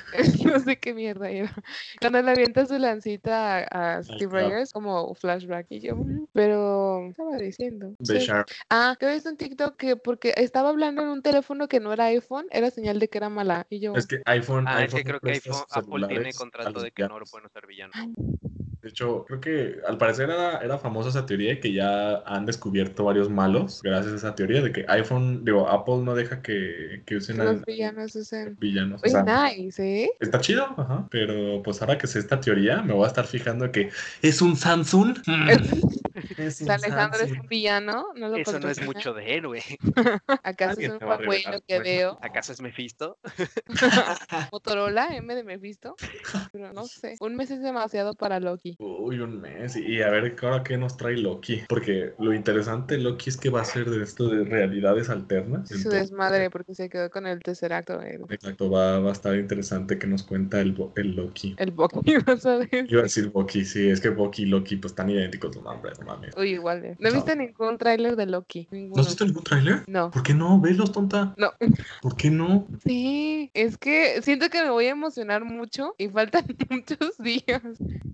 [SPEAKER 1] [laughs] no sé qué mierda era. Cuando le avienta su lancita a, a Steve
[SPEAKER 3] claro.
[SPEAKER 1] Rogers como flashback y yo, "Mm", pero... ¿qué Estaba diciendo.
[SPEAKER 3] De
[SPEAKER 1] Sí.
[SPEAKER 3] Sharon.
[SPEAKER 1] Ah, que ves un TikTok que porque estaba hablando en un teléfono que no era iPhone, era señal de que era mala y yo...
[SPEAKER 3] Es que iPhone.
[SPEAKER 4] Ah, es
[SPEAKER 3] iPhone
[SPEAKER 4] que creo que
[SPEAKER 3] presta
[SPEAKER 4] iPhone-
[SPEAKER 3] sus
[SPEAKER 4] Apple tiene
[SPEAKER 3] celulares a
[SPEAKER 4] contrato
[SPEAKER 3] los
[SPEAKER 4] de que no lo
[SPEAKER 3] villanos.
[SPEAKER 4] pueden usar villanos.
[SPEAKER 1] Ah,
[SPEAKER 3] De hecho, creo que al parecer era, era famosa esa teoría de que ya han descubierto varios malos gracias a esa teoría de que iPhone, digo, Apple no deja que, que usen
[SPEAKER 1] Los
[SPEAKER 3] a-
[SPEAKER 1] villanos usan...
[SPEAKER 3] villanos. O
[SPEAKER 1] Oye,
[SPEAKER 3] sea,
[SPEAKER 1] nice, ¿eh?
[SPEAKER 3] está chido, ajá, pero pues ahora que sé esta teoría me voy a estar fijando que es un Samsung. Mm, [laughs] es
[SPEAKER 1] O
[SPEAKER 3] un
[SPEAKER 1] sea, Alejandro es un
[SPEAKER 3] Samsung.
[SPEAKER 1] villano, no pues, lo
[SPEAKER 4] Eso no es
[SPEAKER 1] contratan.
[SPEAKER 4] mucho de héroe.
[SPEAKER 1] ¿Acaso es
[SPEAKER 3] Alguien
[SPEAKER 1] un
[SPEAKER 3] te va a
[SPEAKER 1] Huawei
[SPEAKER 3] revelar,
[SPEAKER 1] lo que
[SPEAKER 3] bueno. [laughs]
[SPEAKER 1] veo?
[SPEAKER 4] [laughs] ¿Acaso es Mephisto?
[SPEAKER 1] Motorola, M de Mephisto. Pero
[SPEAKER 3] [laughs]
[SPEAKER 1] no sé. Un mes es demasiado para Loki.
[SPEAKER 3] Uy, un mes. Y a ver ahora qué nos trae Loki. Porque lo interesante de Loki es que va a ser de esto de realidades alternas.
[SPEAKER 1] Su
[SPEAKER 3] entonces-
[SPEAKER 1] desmadre, porque se quedó con el tercer acto. El,
[SPEAKER 3] Exacto, va, va a estar interesante que nos cuenta el, Bo- el Loki.
[SPEAKER 1] el [laughs] Bucky, vas a ver.
[SPEAKER 3] Iba a decir Boki, sí, es que Boki y Loki pues están idénticos los nombres, no mames.
[SPEAKER 1] Uy, igual. eh. No he
[SPEAKER 3] No.
[SPEAKER 1] visto ningún tráiler de Loki.
[SPEAKER 3] ¿No
[SPEAKER 1] Ninguno.
[SPEAKER 3] has visto ningún tráiler?
[SPEAKER 1] No.
[SPEAKER 3] ¿Por qué no? Velos, tonta.
[SPEAKER 1] No,
[SPEAKER 3] ¿Por qué no?
[SPEAKER 1] sí, es que siento que me voy a emocionar mucho y faltan [laughs] muchos días.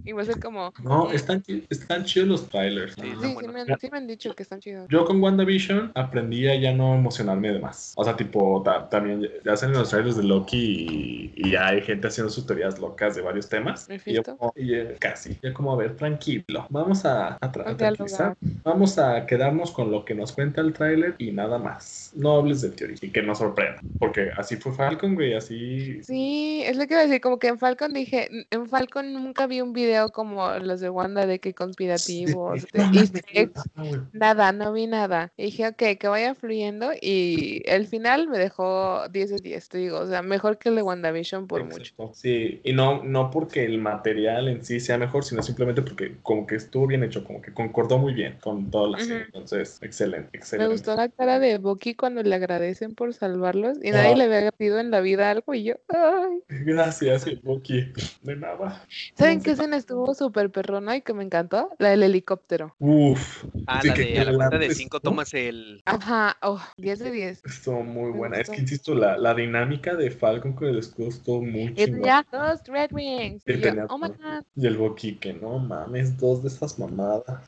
[SPEAKER 1] Y va a ser como.
[SPEAKER 3] No,
[SPEAKER 1] mm,
[SPEAKER 3] están, chi- están chidos los trailers.
[SPEAKER 4] Sí,
[SPEAKER 1] Sí,
[SPEAKER 4] están
[SPEAKER 1] sí
[SPEAKER 4] buenos.
[SPEAKER 1] me, han, sí me han dicho que están chidos.
[SPEAKER 3] Yo con WandaVision aprendí a ya no emocionarme de más. O sea, tipo, ta- también ya hacen los trailers de Loki y, y ya hay gente haciendo sus teorías locas de varios temas. Y yo
[SPEAKER 1] ¿Mephisto?
[SPEAKER 3] como- y, eh, casi. Yo como, a ver, tranquilo. Vamos a, a tra- a
[SPEAKER 1] Vamos a
[SPEAKER 3] tranquilizar.
[SPEAKER 1] dialogar.
[SPEAKER 3] Vamos a quedarnos con lo que nos cuenta el tráiler y nada más. No hables de teoría y que no sorprenda. Porque así fue Falcon, güey, así...
[SPEAKER 1] Sí, es lo que iba a decir, como que en Falcon dije, "N- en Falcon nunca vi un video como los de Wanda de que
[SPEAKER 3] [laughs]
[SPEAKER 1] conspirativos, de easter eggs,
[SPEAKER 3] Ah, güey.
[SPEAKER 1] nada, no vi nada. Y dije, ok, que vaya fluyendo y el final me dejó 10 de 10, te digo, o sea, mejor que el de WandaVision por mucho.
[SPEAKER 3] Exacto. Sí, y no, no porque el material en sí sea mejor, sino simplemente porque como que estuvo bien hecho, como que concordó muy bien con toda la serie.
[SPEAKER 1] Ujú.
[SPEAKER 3] Entonces, excelente,
[SPEAKER 1] Me
[SPEAKER 3] excelente.
[SPEAKER 1] gustó la cara de Bucky cuando le agradecen por salvarlos y nadie
[SPEAKER 3] Ah.
[SPEAKER 1] le había pedido en la vida algo y yo, ay.
[SPEAKER 3] [laughs] Gracias, Boki. De nada.
[SPEAKER 1] ¿Saben
[SPEAKER 3] No
[SPEAKER 1] qué
[SPEAKER 3] sé.
[SPEAKER 1] escena estuvo súper perrona y que me encantó? La del helicóptero.
[SPEAKER 3] Uf.
[SPEAKER 4] Ah,
[SPEAKER 3] Sí,
[SPEAKER 4] la
[SPEAKER 3] que
[SPEAKER 4] de a la cuenta de
[SPEAKER 3] adelante
[SPEAKER 4] 5
[SPEAKER 3] estuvo.
[SPEAKER 4] tomas el.
[SPEAKER 1] Ajá, oh, 10 de 10.
[SPEAKER 3] Estuvo muy
[SPEAKER 1] Me
[SPEAKER 3] buena. Es
[SPEAKER 1] gustó.
[SPEAKER 3] que, insisto, la, la dinámica de Falcon con el escudo estuvo muy
[SPEAKER 1] Y tenía
[SPEAKER 3] chingona.
[SPEAKER 1] dos Red Wings.
[SPEAKER 3] Que
[SPEAKER 1] Y yo,
[SPEAKER 3] tenía
[SPEAKER 1] oh my
[SPEAKER 3] dos.
[SPEAKER 1] god.
[SPEAKER 3] Y el Boki, que no mames, dos de esas mamadas.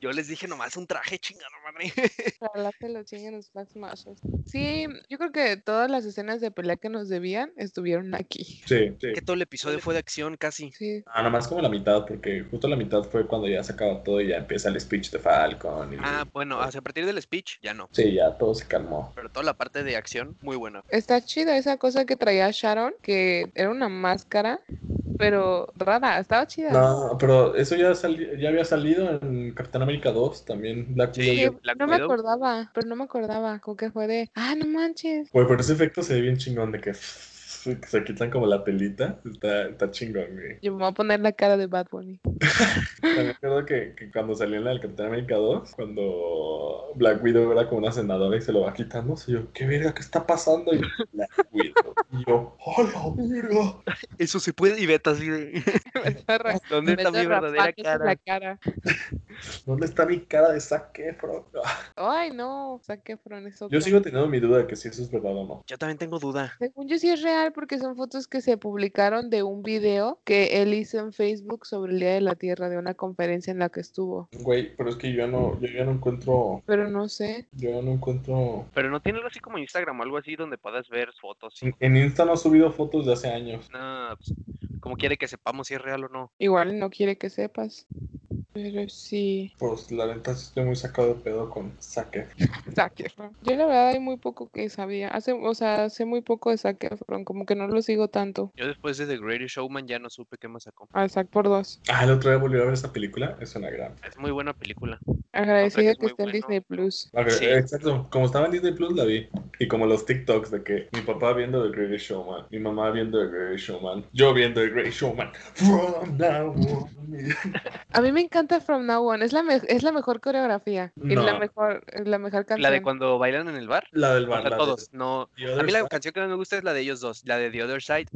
[SPEAKER 4] Yo les dije nomás un traje chingado, madre.
[SPEAKER 1] Ojalá se lo chinguen los Flag Smashers. Sí, yo creo que todas las escenas de pelea que nos debían estuvieron aquí.
[SPEAKER 3] Sí, sí.
[SPEAKER 4] [laughs] que todo el episodio fue de acción casi.
[SPEAKER 1] Sí.
[SPEAKER 3] Ah, nomás como la mitad, porque justo la mitad fue cuando ya se acabó todo y ya empieza el speech de Falcon. Y...
[SPEAKER 4] Ah, bueno, o sea, a partir del speech ya no.
[SPEAKER 3] Sí, ya todo se calmó.
[SPEAKER 4] Pero toda la parte de acción, muy buena.
[SPEAKER 1] Está chida esa cosa que traía Sharon, que era una máscara, pero rara. Estaba chida.
[SPEAKER 3] No, pero eso ya, sali- ya había salido en Capitán América 2, también Black
[SPEAKER 4] Sí.
[SPEAKER 3] Widow.
[SPEAKER 1] Que
[SPEAKER 3] Güey,
[SPEAKER 4] Black
[SPEAKER 1] no me
[SPEAKER 4] Widow.
[SPEAKER 1] acordaba, pero no me acordaba. Como que fue de, ah, no manches.
[SPEAKER 3] pero ese efecto se ve bien chingón de que [laughs] se quitan como la pelita. Está, está chingón, güey.
[SPEAKER 1] Yo me voy a poner la cara de Bad Bunny. [laughs]
[SPEAKER 3] También recuerdo que, que cuando salió en la del Capitán América 2, cuando Black Widow era como una senadora y se lo va quitando, se yo, ¿qué verga? ¿Qué está pasando? Y yo, Black Widow. Y yo, ¡hola, verga!
[SPEAKER 4] Eso se puede. Y Beta [laughs] así de.
[SPEAKER 1] Me está arran-
[SPEAKER 4] ¿Dónde
[SPEAKER 1] me
[SPEAKER 4] está
[SPEAKER 1] está
[SPEAKER 4] mi verdadera
[SPEAKER 1] rapando la
[SPEAKER 4] cara?
[SPEAKER 1] cara.
[SPEAKER 3] ¿Dónde está mi cara de Zac Efron? Ah,
[SPEAKER 1] Ay, no. Saqué Fron es
[SPEAKER 3] Yo
[SPEAKER 1] otro.
[SPEAKER 3] sigo teniendo mi duda de que si eso es verdad o no.
[SPEAKER 4] Yo también tengo duda.
[SPEAKER 1] Según yo sí es real porque son fotos que se publicaron de un video que él hizo en Facebook sobre el Día de la Tierra de una conferencia en la que estuvo.
[SPEAKER 3] Güey, pero es que yo no, yo ya no encuentro,
[SPEAKER 1] Pero no sé.
[SPEAKER 3] yo ya no encuentro.
[SPEAKER 4] Pero no tiene algo así como Instagram o algo así donde puedas ver fotos. y-
[SPEAKER 3] En, en Insta no ha subido fotos de hace años.
[SPEAKER 4] No, pues, como quiere que sepamos si es real o no.
[SPEAKER 1] Igual no quiere que sepas. Pero sí.
[SPEAKER 3] Pues la ventaja es que estoy muy sacado de pedo con Zac
[SPEAKER 1] Zac Efron. Yo la verdad hay muy poco que sabía. Hace, o sea, hace muy poco de Zac Efron, como que no lo sigo tanto.
[SPEAKER 4] Yo después de The Greatest Showman ya no supe qué más sacó.
[SPEAKER 1] Al Zac por dos.
[SPEAKER 3] Ah, el otro día volví a ver esa película. Es una gran.
[SPEAKER 4] Es muy buena película.
[SPEAKER 1] Agradecida
[SPEAKER 4] es
[SPEAKER 1] que
[SPEAKER 4] muy
[SPEAKER 1] esté en
[SPEAKER 4] bueno.
[SPEAKER 1] Disney Plus.
[SPEAKER 3] A ver,
[SPEAKER 4] Sí.
[SPEAKER 3] Exacto. Como estaba en Disney Plus, la vi. Y como los TikToks de que mi papá viendo The Greatest Showman, mi mamá viendo The Greatest Showman, yo viendo The Greatest Showman. From now on.
[SPEAKER 1] A mí me encanta From Now On. Es la, me- es la mejor coreografía. Y
[SPEAKER 3] No.
[SPEAKER 1] la mejor, la mejor canción.
[SPEAKER 4] La de cuando bailan en el bar.
[SPEAKER 3] La del
[SPEAKER 4] O sea,
[SPEAKER 3] bar. la
[SPEAKER 4] todos. No.
[SPEAKER 3] de The
[SPEAKER 4] A
[SPEAKER 3] Other
[SPEAKER 4] mí la
[SPEAKER 3] Side.
[SPEAKER 4] canción que más me gusta es la de ellos dos, la de The Other Side.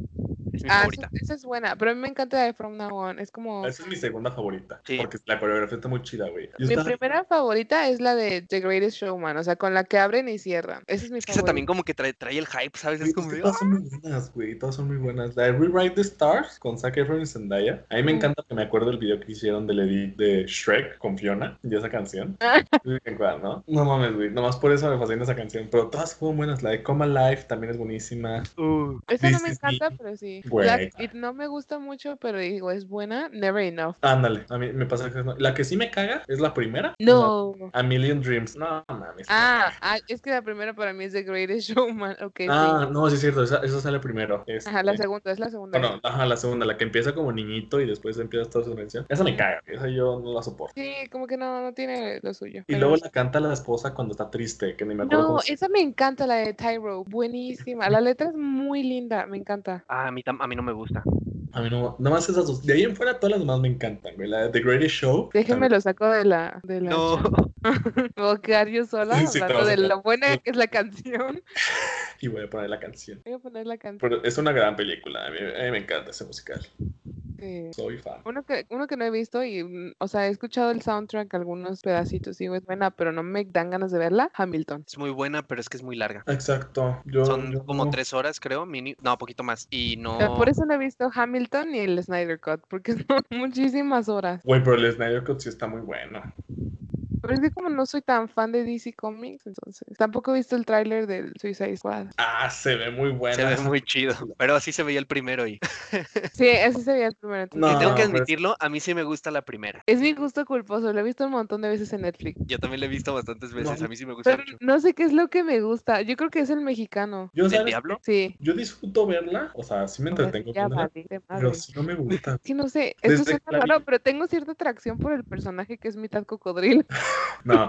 [SPEAKER 4] Es mi
[SPEAKER 1] Ah,
[SPEAKER 4] favorita.
[SPEAKER 1] esa, esa es buena, pero a mí me encanta la de From Now On. Es como...
[SPEAKER 3] Esa es mi segunda favorita.
[SPEAKER 4] Sí.
[SPEAKER 3] Porque la coreografía está muy chida, güey. Yo
[SPEAKER 1] Mi
[SPEAKER 3] estaba-
[SPEAKER 1] primera favorita es la de The Greatest Showman, o sea, con la que abren y cierran. Esa es mi favorita.
[SPEAKER 4] Esa también como que trae, trae el hype, ¿sabes? Es
[SPEAKER 3] Güey,
[SPEAKER 4] como...
[SPEAKER 1] "Ah".
[SPEAKER 3] es que
[SPEAKER 4] de,
[SPEAKER 3] Todas son muy buenas, güey. Todas son muy buenas. La de Rewrite the Stars con Zac Efron y Zendaya. A mí me
[SPEAKER 1] Mm.
[SPEAKER 3] encanta que me acuerdo el video que hicieron del edit de Shrek con Fiona y esa canción.
[SPEAKER 1] Ah.
[SPEAKER 3] [laughs] ¿Te acuerdas, ¿no? No mames, güey. Nomás por eso me fascina esa canción. Pero todas fueron buenas. La de Come Alive también es buenísima.
[SPEAKER 4] "Ah, uh".
[SPEAKER 1] Esa no
[SPEAKER 3] This
[SPEAKER 1] me
[SPEAKER 3] is
[SPEAKER 1] encanta,
[SPEAKER 3] me.
[SPEAKER 1] pero sí.
[SPEAKER 3] Güey.
[SPEAKER 1] La que no me gusta mucho, pero digo, es buena. Never enough.
[SPEAKER 3] Ándale, a mí me pasa que no. La que sí me caga es la primera.
[SPEAKER 1] No.
[SPEAKER 3] La- A Million Dreams. No mames.
[SPEAKER 1] Ah, ah, es que la primera para mí es The Greatest [laughs] Showman. Ok, sí.
[SPEAKER 3] Ah, no, sí es cierto. Esa, esa sale primero. Este,
[SPEAKER 1] Ajá, la segunda, es la segunda.
[SPEAKER 3] Bueno, ajá, la segunda, la que empieza como niñito y después empieza toda su canción. Esa me caga, esa yo no la soporto.
[SPEAKER 1] Sí, como que no, no tiene lo suyo.
[SPEAKER 3] Y
[SPEAKER 1] pero-
[SPEAKER 3] luego la canta la esposa cuando está triste, que ni me acuerdo.
[SPEAKER 1] No,
[SPEAKER 3] cómo se-
[SPEAKER 1] esa me encanta, la de Tyro. Buenísima. La letra es muy linda, me encanta.
[SPEAKER 4] Ah, a mí, tam- a mí no me gusta.
[SPEAKER 3] A mí no, nada más esas dos. De ahí en fuera todas las demás me encantan, güey. La de The Greatest Show.
[SPEAKER 1] Déjenme lo saco de la. De la
[SPEAKER 4] No.
[SPEAKER 1] [laughs] chat. Me voy a quedar yo sola
[SPEAKER 3] Sí, sí, te
[SPEAKER 1] hablando
[SPEAKER 3] vas a
[SPEAKER 1] de
[SPEAKER 3] quedar.
[SPEAKER 1] lo buena que es la canción.
[SPEAKER 3] Y voy a poner la canción.
[SPEAKER 1] Voy a poner la canción.
[SPEAKER 3] Pero es una gran película, a mí, a mí me encanta ese musical.
[SPEAKER 1] que-
[SPEAKER 3] Soy fan.
[SPEAKER 1] Uno que, uno que no he visto y, mm, o sea, he escuchado el soundtrack, algunos pedacitos, y digo, es buena, pero no me dan ganas de verla, Hamilton.
[SPEAKER 4] Es muy buena, pero es que es muy larga.
[SPEAKER 3] Exacto. Yo,
[SPEAKER 4] Son
[SPEAKER 3] yo
[SPEAKER 4] como
[SPEAKER 3] no-
[SPEAKER 4] tres horas, creo, mini... No, poquito más. Y no...
[SPEAKER 1] Eh, Por eso no he visto Hamilton ni el Snyder Cut, porque [laughs] son muchísimas horas.
[SPEAKER 3] Güey, pero el Snyder Cut sí está muy bueno.
[SPEAKER 1] Pero es que como no soy tan fan de DC Comics, entonces tampoco he visto el tráiler del Suicide Squad.
[SPEAKER 3] Ah, se ve muy bueno.
[SPEAKER 4] Se ve muy chido, pero así se veía el primero y
[SPEAKER 1] Sí, ese sería el primero. entonces,
[SPEAKER 4] y
[SPEAKER 3] No, pues pero
[SPEAKER 4] tengo que
[SPEAKER 3] es-
[SPEAKER 4] admitirlo, a mí sí me gusta la primera.
[SPEAKER 1] Es mi gusto culposo, lo he visto un montón de veces en Netflix.
[SPEAKER 4] Yo también la he visto bastantes veces, a mí sí me gusta
[SPEAKER 1] Pero
[SPEAKER 4] mucho.
[SPEAKER 1] no sé qué es lo que me gusta. Yo creo que es el mexicano.
[SPEAKER 3] Yo,
[SPEAKER 4] ¿Del
[SPEAKER 3] ¿sabes?
[SPEAKER 4] diablo?
[SPEAKER 1] Sí.
[SPEAKER 3] Yo disfruto verla, o sea, sí me entretengo
[SPEAKER 1] Ya
[SPEAKER 3] viéndola,
[SPEAKER 1] valí de
[SPEAKER 3] pero
[SPEAKER 1] madre.
[SPEAKER 3] sí no me gusta.
[SPEAKER 1] que no sé, esto
[SPEAKER 3] Desde
[SPEAKER 1] suena
[SPEAKER 3] que la vi.
[SPEAKER 1] raro, pero tengo cierta atracción por el personaje que es mitad cocodrilo. [laughs]
[SPEAKER 3] No,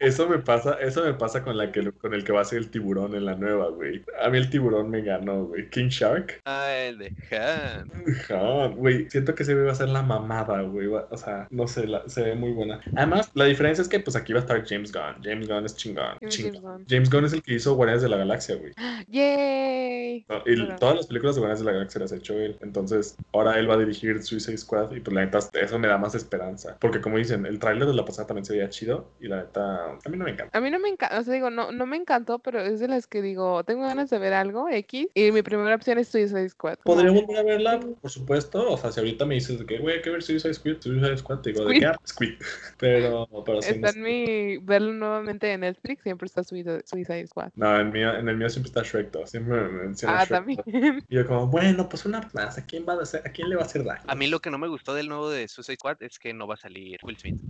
[SPEAKER 3] eso me pasa, eso me pasa con la que con el que va a ser el tiburón en la nueva, güey. A mí el tiburón me ganó, güey. King Shark.
[SPEAKER 4] Ah, el de Han.
[SPEAKER 3] Ajá, güey, siento que se va a ser la mamada, güey. va- O sea, no sé, la- se ve muy buena. Además, la diferencia es que pues aquí va a estar James Gunn. James Gunn es chingón.
[SPEAKER 1] ¿Quién es
[SPEAKER 3] chingón.
[SPEAKER 1] James Gunn?
[SPEAKER 3] James Gunn es el que hizo Guardianes de la Galaxia, güey.
[SPEAKER 1] ¡Yay!
[SPEAKER 3] No, y
[SPEAKER 1] Claro.
[SPEAKER 3] todas las películas de Guardianes de la Galaxia las ha hecho él. Entonces, ahora él va a dirigir Suicide Squad y pues la neta, eso me da más esperanza. Porque como dicen, el tráiler de la pasada también se veía chido y la neta, a mí no me encanta.
[SPEAKER 1] A mí no me encanta, o sea, digo, no, no me encantó, pero es de las que digo, tengo ganas de ver algo, X, y mi primera opción es Suicide Squad. como-
[SPEAKER 3] Podría volver a verla, por supuesto. O sea, si ahorita me dices de que, güey, hay que ver Suicide Squad, Suicide Squad, te digo, ¿de qué? Squid. [laughs] Pero, pero sí, no
[SPEAKER 1] Está
[SPEAKER 3] sé.
[SPEAKER 1] en mi, verlo nuevamente en Netflix, siempre está Suicide Suicide Squad.
[SPEAKER 3] No, en, mío- en el mío siempre está Shrek 2. Siempre me menciona
[SPEAKER 1] Ah,
[SPEAKER 3] Shrek [laughs]
[SPEAKER 1] también. [laughs]
[SPEAKER 3] 2. Y yo como, bueno, pues una más. ¿A quién, va a hacer, ¿A quién le va a hacer daño?
[SPEAKER 4] A mí lo que no me gustó del nuevo de Suicide Squad es que no va a salir Will Smith.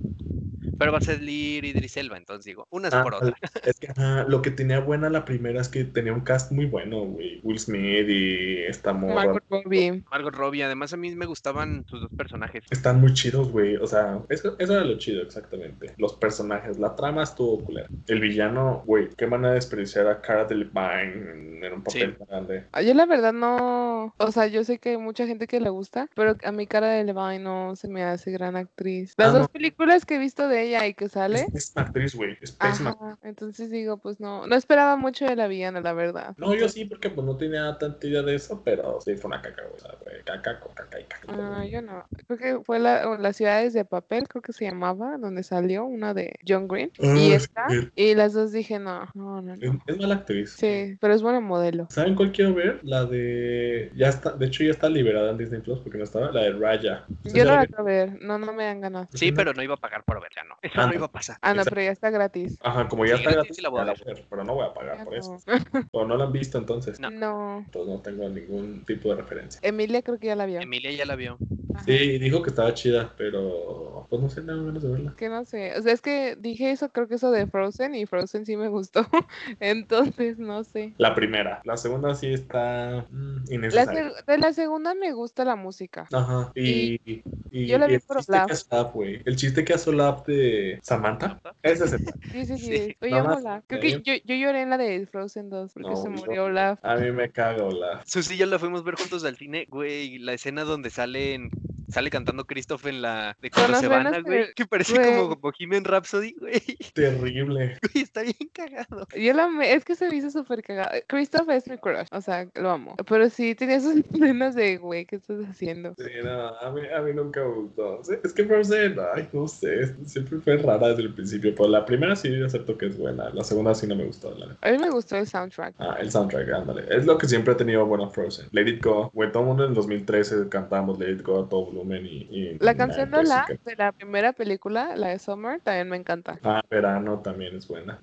[SPEAKER 4] Pero va a salir Idris Elba, entonces digo, unas
[SPEAKER 3] Ah,
[SPEAKER 4] por otra.
[SPEAKER 3] [laughs] Es que ajá, lo que tenía buena la primera es que tenía un cast muy bueno, güey. Will Smith y esta morra.
[SPEAKER 1] Margot Robbie.
[SPEAKER 4] Margot Robbie, además a mí me gustaban sus dos personajes.
[SPEAKER 3] Están muy chidos, güey. O sea, eso, eso era lo chido, exactamente. Los personajes, la trama estuvo culera. El villano, güey, qué manera de desperdiciar a Cara Delevingne en, en un papel tan grande.
[SPEAKER 1] Ah, Yo la verdad no, o sea, yo sé que hay mucha gente que le gusta, pero a mi cara de Levine no se me hace gran actriz. Las
[SPEAKER 3] Ah,
[SPEAKER 1] dos
[SPEAKER 3] no.
[SPEAKER 1] películas que he visto de ella y que sale,
[SPEAKER 3] Es pésima actriz, güey. Es pésima.
[SPEAKER 1] ajá, entonces digo, pues no, no esperaba mucho de la villana, la verdad.
[SPEAKER 3] No, yo sí, porque pues no tenía tanta idea de eso, pero sí fue una caca, güey. O sea, güey, caca con caca y caca.
[SPEAKER 1] Ah, yo no. Creo que fue la, o Las ciudades de papel, creo que se llamaba, donde salió una de John Green y
[SPEAKER 3] Ah,
[SPEAKER 1] esta.
[SPEAKER 3] sí.
[SPEAKER 1] Y las dos dije, no, no, no.
[SPEAKER 3] Es,
[SPEAKER 1] no.
[SPEAKER 3] es mala actriz.
[SPEAKER 1] Sí, pero es buena modelo.
[SPEAKER 3] ¿Saben cuál quiero ver? La de. Ya está, de hecho ya está liberada en Disney Plus porque no estaba. La de Raya. ¿Ustedes
[SPEAKER 1] Yo no
[SPEAKER 3] ya
[SPEAKER 1] la
[SPEAKER 3] Pues la
[SPEAKER 1] quiero ver, no, no me dan ganas.
[SPEAKER 4] Sí, pero no iba a pagar por verla, no. Eso
[SPEAKER 3] Ah,
[SPEAKER 4] no
[SPEAKER 3] no.
[SPEAKER 4] iba a pasar.
[SPEAKER 1] Ah, no,
[SPEAKER 3] Exacto.
[SPEAKER 1] pero ya está gratis.
[SPEAKER 3] Ajá, como ya
[SPEAKER 4] Sí,
[SPEAKER 3] está
[SPEAKER 4] gratis
[SPEAKER 3] gratis,
[SPEAKER 4] sí la voy a
[SPEAKER 3] ya
[SPEAKER 4] ver.
[SPEAKER 3] voy a ver, pero no voy a pagar
[SPEAKER 1] Ya
[SPEAKER 3] Ah, por eso.
[SPEAKER 1] no.
[SPEAKER 3] O no la han visto entonces.
[SPEAKER 4] No.
[SPEAKER 1] no. [laughs]
[SPEAKER 3] Entonces no tengo ningún tipo de referencia.
[SPEAKER 4] Em,
[SPEAKER 1] Emilia creo que ya la vio.
[SPEAKER 4] Emilia ya la vio.
[SPEAKER 3] Sí, dijo que estaba chida, pero pues no sé, tengo ganas de verla.
[SPEAKER 1] Que no sé, o sea, es que dije eso, creo que eso de Frozen y Frozen sí me gustó, [laughs] entonces no sé.
[SPEAKER 3] La primera, la segunda sí está mm,
[SPEAKER 1] La
[SPEAKER 3] innecesaria.
[SPEAKER 1] seg- de la segunda me gusta la música.
[SPEAKER 3] Ajá, y, y,
[SPEAKER 1] yo la vi
[SPEAKER 3] el
[SPEAKER 1] por
[SPEAKER 3] chiste
[SPEAKER 1] Olaf.
[SPEAKER 3] que hace Olaf, güey. El chiste que hace Olaf de Samantha. Ese es el.
[SPEAKER 1] Sí, sí, sí,
[SPEAKER 4] Sí,
[SPEAKER 1] estoy
[SPEAKER 3] nada más
[SPEAKER 1] Olaf. Creo
[SPEAKER 3] ahí.
[SPEAKER 1] que yo, yo lloré en la de Frozen 2 porque
[SPEAKER 3] No,
[SPEAKER 1] se
[SPEAKER 3] yo-
[SPEAKER 1] murió Olaf.
[SPEAKER 3] A mí me caga Olaf.
[SPEAKER 4] Susi y yo la fuimos a ver juntos al cine, güey. La escena donde salen, sale cantando Christoph en la. de cuando
[SPEAKER 1] las
[SPEAKER 4] se van,
[SPEAKER 1] venas
[SPEAKER 4] a, güey.
[SPEAKER 1] que-
[SPEAKER 4] Que parece
[SPEAKER 1] güey.
[SPEAKER 4] como Bohemian Rhapsody, güey. [laughs]
[SPEAKER 3] Terrible.
[SPEAKER 4] Güey, está bien cagado.
[SPEAKER 1] Yo la amé, es que se me hizo súper cagada. Christoph es mi crush, o sea, lo amo. Pero sí tenía esas [laughs] escenas de, güey, ¿qué estás haciendo?
[SPEAKER 3] Sí, no, a mí, a mí nunca me gustó. Sí, es que Frozen, ay, no sé, siempre fue rara desde el principio, pero la primera sí acepto que es buena, la segunda sí no me gustó. La...
[SPEAKER 1] A mí me gustó el soundtrack.
[SPEAKER 3] Ah, el soundtrack, ándale. Es lo que siempre ha tenido bueno Frozen. Let It Go. Güey, todo el mundo en el 2013 cantamos Let It Go a todo volumen y... y-
[SPEAKER 1] La
[SPEAKER 3] y
[SPEAKER 1] canción
[SPEAKER 3] nada,
[SPEAKER 1] de
[SPEAKER 3] pues,
[SPEAKER 1] la,
[SPEAKER 3] sí que-
[SPEAKER 1] de la primera película, la de Summer, también me encanta.
[SPEAKER 3] Ah, verano también es buena.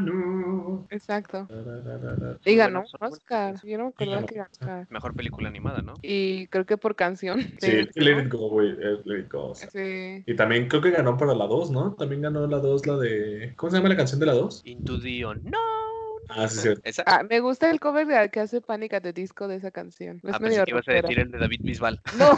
[SPEAKER 3] Verano.
[SPEAKER 1] Exacto.
[SPEAKER 3] Tarararara.
[SPEAKER 1] Y
[SPEAKER 4] Bueno,
[SPEAKER 1] ganó
[SPEAKER 4] son
[SPEAKER 1] un
[SPEAKER 4] buenas
[SPEAKER 1] Oscar.
[SPEAKER 4] canciones.
[SPEAKER 1] Yo no me acordaba
[SPEAKER 3] ganó
[SPEAKER 1] que
[SPEAKER 3] un
[SPEAKER 1] ganó un Oscar.
[SPEAKER 4] Mejor película animada, ¿no?
[SPEAKER 1] Y creo que por canción. [laughs]
[SPEAKER 3] Sí,
[SPEAKER 1] de-
[SPEAKER 3] Let It Go, güey. eh, Let It Go. o sea.
[SPEAKER 1] Sí.
[SPEAKER 3] Y también creo que ganó para la 2, ¿no? También ganó la 2, la de... ¿Cómo se llama la canción de la 2?
[SPEAKER 4] Into the Unknown.
[SPEAKER 3] Ah, sí, cierto.
[SPEAKER 4] Esa.
[SPEAKER 1] Ah, me gusta el cover de- que hace Pánica de disco de esa canción. Es
[SPEAKER 4] Ah,
[SPEAKER 1] medio
[SPEAKER 4] pensé que ibas a
[SPEAKER 1] rockera.
[SPEAKER 4] decir el de David Bisbal.
[SPEAKER 1] No,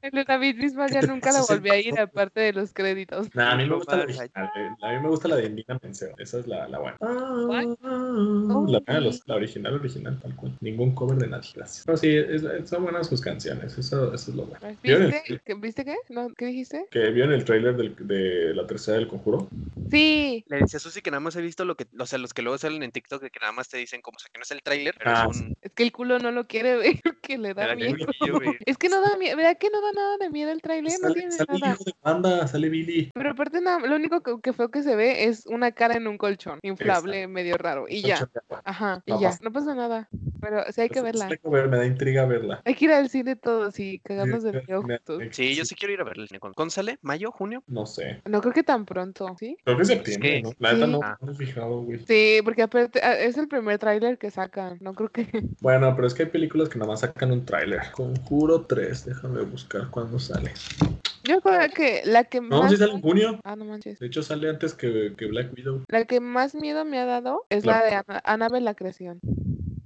[SPEAKER 1] el de David Bisbal ya
[SPEAKER 3] te
[SPEAKER 1] nunca
[SPEAKER 4] [laughs]
[SPEAKER 1] la
[SPEAKER 3] pasas el
[SPEAKER 1] volví a ir,
[SPEAKER 3] cover?
[SPEAKER 1] aparte de los créditos.
[SPEAKER 3] Nah, a mí me
[SPEAKER 4] No
[SPEAKER 3] gusta la
[SPEAKER 4] más, ay.
[SPEAKER 3] original. eh, A mí me gusta la de Indina Menzel. Esa es la, la buena.
[SPEAKER 1] ¿Cuál?
[SPEAKER 3] Ah, La, ah, los- la original, original, tal cual. Ningún cover de nadie. Gracias. No, sí, es- es- son buenas sus canciones. Eso, eso es lo bueno. ¿Vieron el,
[SPEAKER 1] ¿Viste? ¿Qué- ¿Viste qué? No, ¿Qué dijiste?
[SPEAKER 3] que vieron el trailer de la tercera del conjuro?
[SPEAKER 1] Sí,
[SPEAKER 4] Le decía a Susi que nada más he visto lo que, o sea, los que luego salen en TikTok que nada más te dicen como, o sea, que no es el tráiler, pero
[SPEAKER 3] Ah,
[SPEAKER 4] es un...
[SPEAKER 1] es que el culo no lo quiere ver, [laughs] que le
[SPEAKER 4] me
[SPEAKER 1] da
[SPEAKER 4] da
[SPEAKER 1] miedo.
[SPEAKER 4] culillo, [laughs] güey.
[SPEAKER 1] Es que no da miedo, ¿verdad que no da nada de miedo el trailer? No
[SPEAKER 3] Pues Sale,
[SPEAKER 1] tiene
[SPEAKER 3] sale el
[SPEAKER 1] nada.
[SPEAKER 3] hijo de banda, sale Billy.
[SPEAKER 1] Pero aparte, nada, lo único que, que feo que se ve es una cara en un colchón inflable, medio raro, y ya.
[SPEAKER 3] Son chapa.
[SPEAKER 1] Ajá, y
[SPEAKER 3] No
[SPEAKER 1] ya,
[SPEAKER 3] pasa
[SPEAKER 1] no pasa nada. Pero sí hay que
[SPEAKER 3] Pues,
[SPEAKER 1] verla.
[SPEAKER 3] tengo que ver, me da intriga verla.
[SPEAKER 1] Hay que ir al cine todos y cagarnos de
[SPEAKER 3] Me-
[SPEAKER 1] miedo
[SPEAKER 3] me-
[SPEAKER 1] juntos.
[SPEAKER 4] Sí, yo sí quiero ir a verla. ¿Cuándo cuándo sale? ¿Mayo? ¿Junio?
[SPEAKER 3] No sé.
[SPEAKER 1] No creo que tan pronto, ¿sí?
[SPEAKER 3] Creo que es septiembre,
[SPEAKER 4] que-
[SPEAKER 3] ¿no? La neta
[SPEAKER 1] Sí.
[SPEAKER 3] no,
[SPEAKER 4] Ah.
[SPEAKER 3] no me he fijado, güey.
[SPEAKER 1] Sí, porque aparte ah, es el primer tráiler que sacan. No creo que. [laughs]
[SPEAKER 3] Bueno, pero es que hay películas que nada más sacan un tráiler. Conjuro 3, déjame buscar cuándo sale.
[SPEAKER 1] Yo creo que la que
[SPEAKER 3] No,
[SPEAKER 1] más.
[SPEAKER 3] sí sale en junio.
[SPEAKER 1] Ah, no manches.
[SPEAKER 3] De hecho, sale antes que, que Black Widow.
[SPEAKER 1] La que más miedo me ha dado es
[SPEAKER 3] La-
[SPEAKER 1] la de Ana- Annabelle la creación.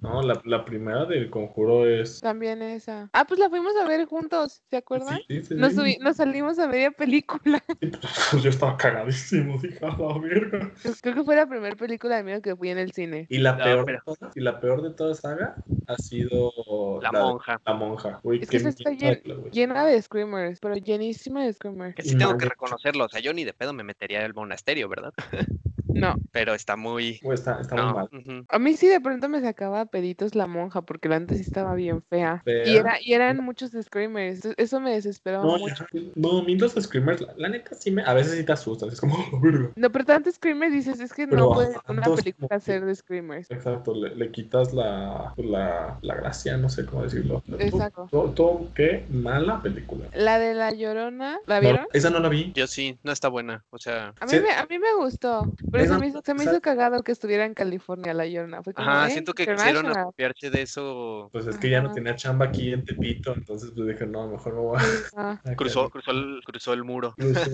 [SPEAKER 3] No, la, la primera del conjuro es.
[SPEAKER 1] También esa. Ah, pues la fuimos a ver juntos, ¿se acuerdan?
[SPEAKER 3] Sí, sí, sí.
[SPEAKER 1] Nos, subi- nos salimos a media película. [laughs]
[SPEAKER 3] Yo estaba cagadísimo, dije, a la verga.
[SPEAKER 1] Pues Creo que fue la primera película de miedo que fui en el cine.
[SPEAKER 3] Y la
[SPEAKER 4] No,
[SPEAKER 3] peor
[SPEAKER 4] pero-
[SPEAKER 3] de todas, y la peor de toda saga ha sido
[SPEAKER 4] La
[SPEAKER 3] de-
[SPEAKER 4] monja.
[SPEAKER 3] La monja. Uy,
[SPEAKER 1] Es que esa está
[SPEAKER 3] mierda, güey.
[SPEAKER 1] Llena de screamers, pero llenísima de screamers.
[SPEAKER 4] Que sí tengo que
[SPEAKER 3] Mayo.
[SPEAKER 4] reconocerlo. O sea, yo ni de pedo me metería al monasterio, ¿verdad? [laughs]
[SPEAKER 1] No.
[SPEAKER 4] Pero está muy...
[SPEAKER 3] Güey, está, está
[SPEAKER 4] No,
[SPEAKER 3] muy mal.
[SPEAKER 4] ujú.
[SPEAKER 1] A mí sí de pronto me sacaba a peditos la monja, porque la antes sí estaba bien fea. Y,
[SPEAKER 3] Fea.
[SPEAKER 1] era, y eran muchos screamers. entonces Eso me desesperaba
[SPEAKER 3] No,
[SPEAKER 1] mucho.
[SPEAKER 3] ya, no, a mí los screamers, la, la neta sí me. A veces sí te asustas, es como, [laughs] "A la verga.
[SPEAKER 1] No, pero tanto screamers dices, es que no
[SPEAKER 3] Pero
[SPEAKER 1] puede una
[SPEAKER 3] tantos
[SPEAKER 1] película
[SPEAKER 3] como que-
[SPEAKER 1] ser de screamers.
[SPEAKER 3] Exacto, le, le quitas la, pues, la, la gracia, no sé cómo decirlo.
[SPEAKER 1] Exacto.
[SPEAKER 3] Todo, todo- qué mala película.
[SPEAKER 1] La de la llorona, ¿la
[SPEAKER 3] No,
[SPEAKER 1] vieron?
[SPEAKER 3] esa no la vi.
[SPEAKER 4] Yo sí, no está buena. O sea...
[SPEAKER 1] A mí,
[SPEAKER 3] Sí.
[SPEAKER 1] me, a mí me gustó, pero se
[SPEAKER 3] Esa-
[SPEAKER 1] me, hizo, se me
[SPEAKER 3] esa-
[SPEAKER 1] hizo cagado que estuviera en California la llorona. Fue como,
[SPEAKER 4] Ajá,
[SPEAKER 1] "Eh,
[SPEAKER 4] siento que quisieron
[SPEAKER 1] international".
[SPEAKER 4] apropiarse de eso.
[SPEAKER 3] Pues es que ya no
[SPEAKER 1] Ajá.
[SPEAKER 3] tenía chamba aquí en Tepito, entonces pues dije, no, mejor no voy
[SPEAKER 4] [laughs]
[SPEAKER 1] Ah,
[SPEAKER 3] a...
[SPEAKER 4] Cruzó, cruzó, el, cruzó el muro.
[SPEAKER 3] Cruzó.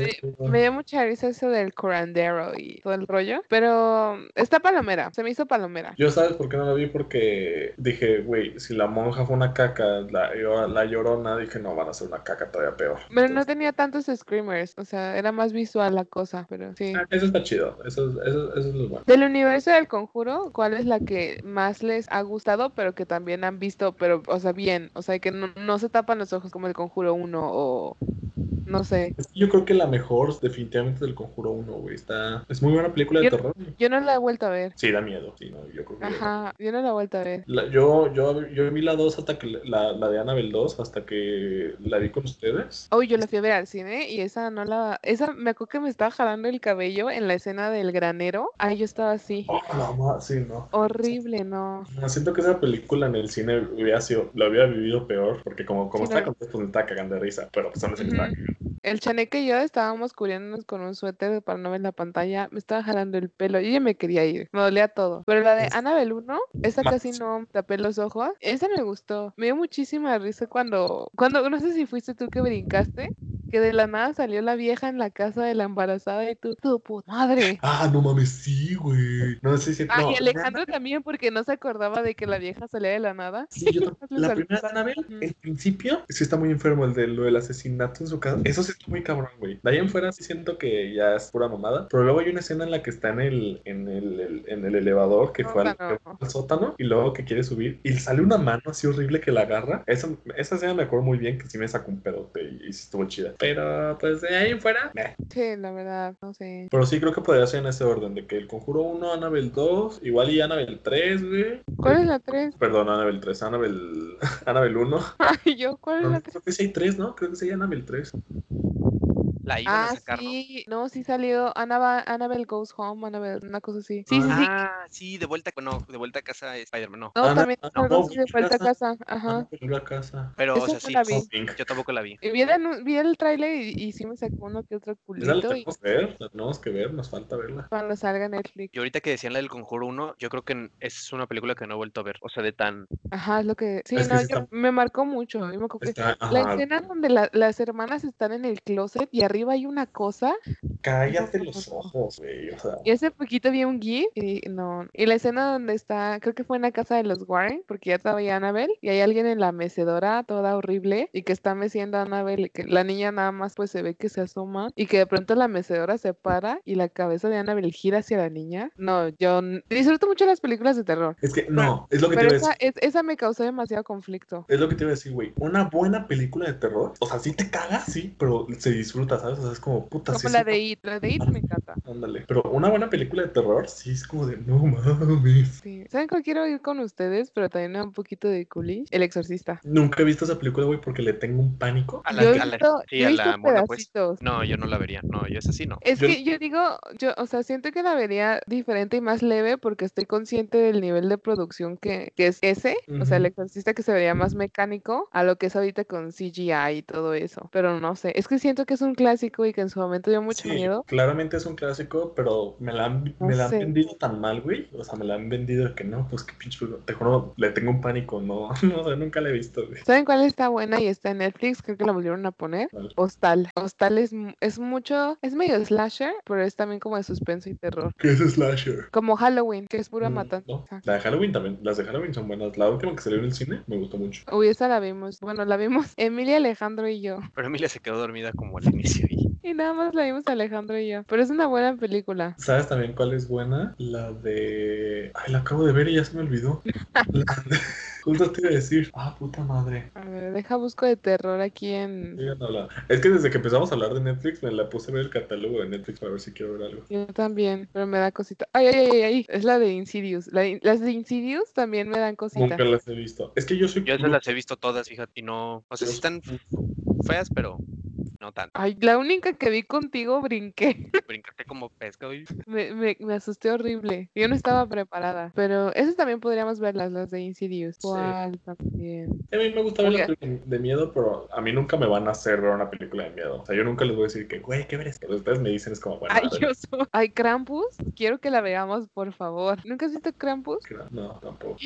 [SPEAKER 1] Me dio mucha risa eso del curandero y todo el rollo, pero está palomera, se me hizo palomera.
[SPEAKER 3] Yo sabes por qué no la vi porque dije, güey, si la monja fue una caca, la, la llorona, dije, no, van a ser una caca todavía peor.
[SPEAKER 1] Pero no
[SPEAKER 3] Entonces,
[SPEAKER 1] tenía tantos screamers, o sea, era más visual la cosa, pero sí.
[SPEAKER 3] ah, Eso está chido, eso, es- eso, eso es lo bueno.
[SPEAKER 1] Del universo del conjuro, ¿cuál es la que más les ha gustado, pero que también han visto, pero, o sea, bien? O sea, que no, no se tapan los ojos como el conjuro 1 o no sé.
[SPEAKER 3] Es que Yo creo que la mejor definitivamente es del Conjuro 1, güey. Está... Es muy buena película de
[SPEAKER 1] Yo-
[SPEAKER 3] terror.
[SPEAKER 1] Yo no la he vuelto a ver.
[SPEAKER 3] Sí, da miedo. Sí, no, yo creo que...
[SPEAKER 1] Ajá, yo no la he vuelto a ver.
[SPEAKER 3] La- yo, yo, yo vi la 2 hasta que la, la de Annabelle 2 hasta que la vi con ustedes.
[SPEAKER 1] Oh, yo la fui a ver al cine y esa no la... Esa me acuerdo que me estaba jalando el cabello en la escena del granero. Ahí yo estaba así.
[SPEAKER 3] Oh, la ma- sí, no.
[SPEAKER 1] Oh. Horrible, no.
[SPEAKER 3] No, Siento que esa película en el cine hubiera sido, lo hubiera vivido peor, porque como, como
[SPEAKER 1] Sí,
[SPEAKER 3] está
[SPEAKER 1] no.
[SPEAKER 3] con pues me está cagando de risa, pero pues a mí se me
[SPEAKER 1] Ujú.
[SPEAKER 3] está cagando.
[SPEAKER 1] El chaneque y yo estábamos cubriéndonos con un suéter para no ver la pantalla. Me estaba jalando el pelo. Yo ya me quería ir. Me dolía todo. Pero la de
[SPEAKER 3] Es-
[SPEAKER 1] Annabelle 1, esa
[SPEAKER 3] Ma-
[SPEAKER 1] casi no tapé los ojos. Esa me gustó. Me dio muchísima risa cuando, cuando, no sé si fuiste tú que brincaste, que de la nada salió la vieja en la casa de la embarazada y tú, tu puta
[SPEAKER 3] [laughs]
[SPEAKER 1] madre.
[SPEAKER 3] Ah, no mames, sí, güey. No sé si.
[SPEAKER 1] Ah,
[SPEAKER 3] no,
[SPEAKER 1] y Alejandro también porque no se acordaba de que la vieja salía de la nada.
[SPEAKER 3] Sí, yo tam-
[SPEAKER 1] [laughs] Le
[SPEAKER 3] la
[SPEAKER 1] saltó
[SPEAKER 3] primera de Annabelle,
[SPEAKER 1] Ujú.
[SPEAKER 3] en principio, sí está muy enfermo el de lo del asesinato en su casa. Eso sí está muy cabrón, güey. De ahí en fuera sí siento que ya es pura mamada. Pero luego hay una escena en la que está en el, en el, el- en el elevador que fue al,
[SPEAKER 1] Sótano.
[SPEAKER 3] que fue al sótano y luego que quiere subir y sale una mano así horrible que la agarra. Eso, esa escena me acuerdo muy bien que sí me sacó un pedote y, y sí estuvo chida. Pero pues de ahí en fuera, meh.
[SPEAKER 1] Sí, la verdad, no sé.
[SPEAKER 3] Pero sí creo que podría ser en ese orden, de que el conjuro 1, Annabelle 2, igual y Annabelle 3, güey.
[SPEAKER 1] ¿Cuál es la 3?
[SPEAKER 3] Perdón, Annabelle 3, Annabelle, [laughs] Annabelle 1.
[SPEAKER 1] [laughs] Ay, yo, ¿cuál es
[SPEAKER 3] No,
[SPEAKER 1] la 3?
[SPEAKER 3] creo que sí hay tres, ¿no? Creo que sí hay Annabelle tres.
[SPEAKER 4] La iban
[SPEAKER 1] Ah,
[SPEAKER 4] a sacar, ¿no?
[SPEAKER 1] sí, no, sí salió Annaba- Annabelle Goes Home, Annabelle, una cosa así. Sí, sí, sí.
[SPEAKER 4] Ah, sí, de vuelta, no, de vuelta a casa de Spider-Man, [laughs] no.
[SPEAKER 1] No,
[SPEAKER 3] Anna-
[SPEAKER 1] también
[SPEAKER 3] Anna
[SPEAKER 1] algo así
[SPEAKER 3] Bob,
[SPEAKER 1] de vuelta a casa.
[SPEAKER 3] Ajá.
[SPEAKER 1] Ajá.
[SPEAKER 3] la casa.
[SPEAKER 4] Pero,
[SPEAKER 1] Esa
[SPEAKER 4] o sea,
[SPEAKER 1] no
[SPEAKER 4] sí,
[SPEAKER 1] la vi.
[SPEAKER 3] Pink.
[SPEAKER 4] yo tampoco la vi.
[SPEAKER 1] Y vi el, anu- vi el tráiler y, y sí me sacó uno que otro
[SPEAKER 3] Esa la
[SPEAKER 1] culito y
[SPEAKER 3] tenemos que ver, la tenemos que ver, nos falta verla.
[SPEAKER 1] cuando salga Netflix.
[SPEAKER 4] Y ahorita que decían la del Conjuro 1, yo creo que n- es una película que no he vuelto a ver. O sea, de tan...
[SPEAKER 1] Ajá, es lo que... Sí,
[SPEAKER 3] Es que
[SPEAKER 1] no,
[SPEAKER 3] sí
[SPEAKER 1] yo-
[SPEAKER 3] está-
[SPEAKER 1] me marcó mucho. yo me acuerdo que-
[SPEAKER 3] Está,
[SPEAKER 1] La
[SPEAKER 3] ajá,
[SPEAKER 1] escena donde la- las hermanas están en el closet y arriba hay una cosa
[SPEAKER 3] cállate los ojos, güey. O sea,
[SPEAKER 1] Y hace poquito vi un GIF y dije, no. Y la escena donde está, creo que fue en la casa de los Warren, porque ya estaba ahí Annabelle, y hay alguien en la mecedora, toda horrible, y que está meciendo a Annabelle, y que la niña nada más pues se ve que se asoma, y que de pronto la mecedora se para y la cabeza de Annabelle gira hacia la niña. No, yo n- disfruto mucho las películas de terror,
[SPEAKER 3] es que no, es lo que te
[SPEAKER 1] pero
[SPEAKER 3] iba a
[SPEAKER 1] esa,
[SPEAKER 3] decir.
[SPEAKER 1] es- esa me causó demasiado conflicto.
[SPEAKER 3] Es lo que te iba a decir, güey. Una buena película de terror. O sea, sí te cagas, sí, pero se disfruta, ¿sabes? O sea, es como puta. sí
[SPEAKER 1] Como
[SPEAKER 3] es
[SPEAKER 1] la
[SPEAKER 3] una-
[SPEAKER 1] de It, la de It me encanta.
[SPEAKER 3] Ándale. Pero una buena película de terror, sí es como de no mames.
[SPEAKER 1] Sí. ¿Saben cuál quiero ir con ustedes? Pero también un poquito de Coolidge, El Exorcista.
[SPEAKER 3] Nunca he visto esa película, güey, porque le tengo un pánico.
[SPEAKER 4] A la,
[SPEAKER 1] Yo he
[SPEAKER 4] a la-
[SPEAKER 1] visto,
[SPEAKER 4] sí,
[SPEAKER 1] yo he
[SPEAKER 4] a
[SPEAKER 1] visto
[SPEAKER 4] la mona, pues.
[SPEAKER 1] pedacitos.
[SPEAKER 4] No, yo no la vería. No, yo es así, no.
[SPEAKER 1] Es
[SPEAKER 3] Yo-
[SPEAKER 1] que yo digo, yo, o sea, siento que la vería diferente y más leve porque estoy consciente del nivel de producción que, que es ese, o sea, el
[SPEAKER 3] Ujú.
[SPEAKER 1] exorcista que se vería más mecánico a lo que es ahorita con CGI y todo eso. Pero no sé, es que siento que es un clásico y que en su momento dio mucho
[SPEAKER 3] Sí,
[SPEAKER 1] miedo.
[SPEAKER 3] claramente es un clásico, pero me la han,
[SPEAKER 1] No
[SPEAKER 3] me la han
[SPEAKER 1] sé.
[SPEAKER 3] vendido tan mal, güey. O sea, me la han vendido de que no, pues qué pinche. película. Te juro, le tengo un pánico, no, [laughs] no sé, nunca la he visto, güey.
[SPEAKER 1] ¿Saben cuál está buena y está en Netflix? Creo que la volvieron a poner.
[SPEAKER 3] ¿Cuál?
[SPEAKER 1] Hostal. Hostal es, mu- es mucho, es medio slasher, pero es también como de suspenso y terror.
[SPEAKER 3] ¿Qué es Slasher?
[SPEAKER 1] Como Halloween, que es pura
[SPEAKER 3] Mm,
[SPEAKER 1] matanza.
[SPEAKER 3] no. La de Halloween también, las de Halloween son buenas. La última que salió en el cine me gustó mucho.
[SPEAKER 1] Uy, esa la vimos. Bueno, la vimos [laughs] Emilia, Alejandro y yo.
[SPEAKER 4] Pero Emilia se quedó dormida como al inicio. Y...
[SPEAKER 1] Y nada más la vimos Alejandro y yo. Pero es una buena película.
[SPEAKER 3] ¿Sabes también cuál es buena? La de. Ay, la acabo de ver y ya se me
[SPEAKER 1] [laughs]
[SPEAKER 3] olvidó. La de- Justo te iba a decir. Ah, puta madre.
[SPEAKER 1] A ver, deja busco de terror aquí en.
[SPEAKER 3] Sigan hablando. Es que desde que empezamos a hablar de Netflix, me la puse a ver el catálogo de Netflix para ver si quiero ver algo.
[SPEAKER 1] Yo también, pero me da cosita. Ay, ay, ay, ay. Es la de Insidious. La de- Las de Insidious también me dan cosita.
[SPEAKER 3] Nunca las he visto. Es que yo soy.
[SPEAKER 4] Yo esas las he visto todas, fíjate. Y no... O sea, sí están feas, pero no tanto.
[SPEAKER 1] Ay, la única que vi contigo brinqué. [laughs]
[SPEAKER 4] Brincarte como pesca. güey.
[SPEAKER 1] Me, me, me asusté horrible. Yo no estaba preparada. Pero esas también podríamos verlas, las de Insidious.
[SPEAKER 3] Sí.
[SPEAKER 1] ¿Cuál también?
[SPEAKER 3] A mí me gusta ver las
[SPEAKER 1] Oiga.
[SPEAKER 3] películas de miedo, pero a mí nunca me van a hacer ver una película de miedo. O sea, yo nunca les voy a decir que, güey, ¿qué ves? Pero ustedes me dicen, es como, bueno,
[SPEAKER 1] Ay, [laughs]
[SPEAKER 3] a ver,
[SPEAKER 1] yo soy. Ay, Krampus. Quiero que la veamos, por favor. ¿Nunca has visto Krampus?
[SPEAKER 3] que no, no, tampoco.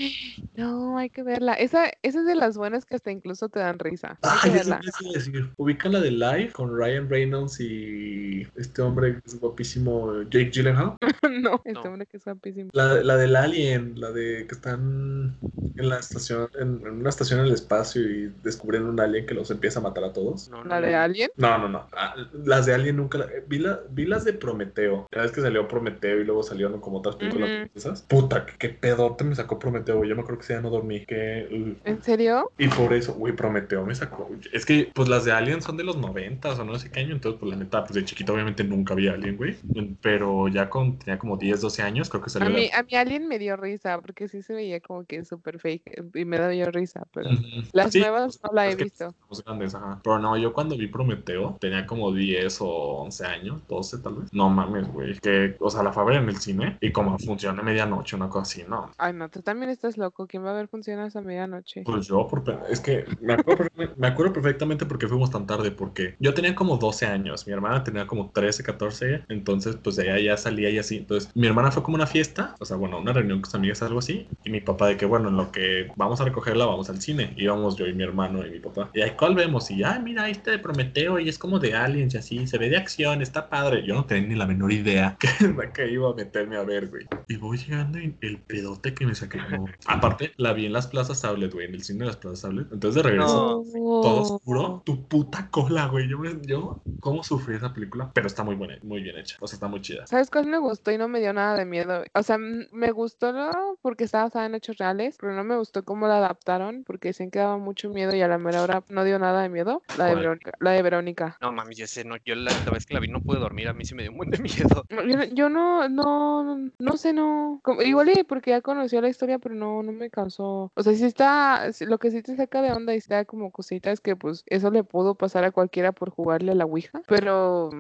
[SPEAKER 1] No, hay que verla. Esa, esa es de las buenas que hasta incluso te dan risa. Hay
[SPEAKER 3] Ah,
[SPEAKER 1] que
[SPEAKER 3] ya sé
[SPEAKER 1] verla.
[SPEAKER 3] qué iba a decir. Ubican la de Live con Ryan Reynolds y este hombre que es guapísimo, Jake Gyllenhaal.
[SPEAKER 1] [laughs] No, este
[SPEAKER 4] No.
[SPEAKER 1] hombre que es guapísimo.
[SPEAKER 3] La, la del Alien, la de que están en la estación, en, en una estación en el espacio y descubren un alien que los empieza a matar a todos.
[SPEAKER 4] No, no,
[SPEAKER 1] ¿La
[SPEAKER 4] no.
[SPEAKER 1] de Alien?
[SPEAKER 3] No, no, no. Ah, Las de Alien nunca. la- eh, Vi, la- vi las de Prometeo. La vez que salió Prometeo y luego salieron como otras películas
[SPEAKER 1] Ujú.
[SPEAKER 3] de esas. Puta, qué- qué pedote me sacó Prometeo. güey. Yo me acuerdo que ese día no dormí. Que, uh,
[SPEAKER 1] ¿En serio?
[SPEAKER 3] y por eso, güey, Prometeo me sacó. Es que, pues las de Alien son de los 90 o no sé qué año. Entonces, pues la neta, pues de chiquito obviamente nunca vi Alien, güey. Pero ya con, tenía como 10, 12 años, creo que
[SPEAKER 1] A
[SPEAKER 3] salió la-
[SPEAKER 1] mí, a mí Alien me dio risa porque sí se veía como que súper fake eh, y me dio risa, pero
[SPEAKER 3] Ujú.
[SPEAKER 1] las
[SPEAKER 3] Sí,
[SPEAKER 1] nuevas no la he
[SPEAKER 3] es que
[SPEAKER 1] visto.
[SPEAKER 3] estamos grandes, ajá. Pero no, yo cuando vi Prometeo tenía como 10 o 11 años, 12 tal vez. No mames, güey. Que, o sea, la fue a ver en el cine y como funciona a medianoche, una cosa así, no.
[SPEAKER 1] Ay, no, tú también estás loco. ¿Quién va a ver funciones a medianoche?
[SPEAKER 3] Pues yo, por, pe- es que me acuerdo, perfe- me acuerdo perfectamente porque fuimos tan tarde, porque Yo tenía como 12 años, mi hermana tenía como 13, 14, entonces pues de allá ya salía y así. Entonces mi hermana fue como una fiesta, o sea, bueno, una reunión con sus amigas, algo así, y mi papá de que, bueno, en lo que vamos a recogerla, vamos al cine. Íbamos yo y mi hermano y mi papá. Y ahí cuál vemos, y ya, mira, ahí está de Prometeo y es como de aliens y así, se ve de acción, está padre. Yo no tenía ni la menor idea que, que iba a meterme a ver, güey. Y voy llegando y el pedote que me saqué. no. Aparte, la vi en las plazas Tablet, güey, en el cine de las plazas Tablet. Entonces de regreso, todo oscuro, tu puta cola, güey. Yo, me- yo, ¿cómo sufrí esa película? Pero está muy buena, muy bien hecha. O sea, está muy chida.
[SPEAKER 1] ¿Sabes cuál me gustó y no me dio nada de miedo? güey? O sea, m- me gustó ¿no? porque estaba basada en hechos reales, pero no me gustó cómo la adaptaron porque decían que daba mucho miedo y a la mera hora no dio nada de miedo. La de
[SPEAKER 3] ¿Cuál?
[SPEAKER 1] Verónica. La de Verónica.
[SPEAKER 4] No mames, yo sé, no, yo la, la vez que la vi no pude dormir, a mí sí me dio un buen de [laughs] miedo.
[SPEAKER 1] No, Yo, no- yo no, no, no sé, no. como- igual y porque ya conocía la historia, pero no, no me causó. O sea, sí está, sí- lo que sí te saca de onda y está como cositas que pues eso le pudo pasar a cualquiera por jugarle a la Ouija, pero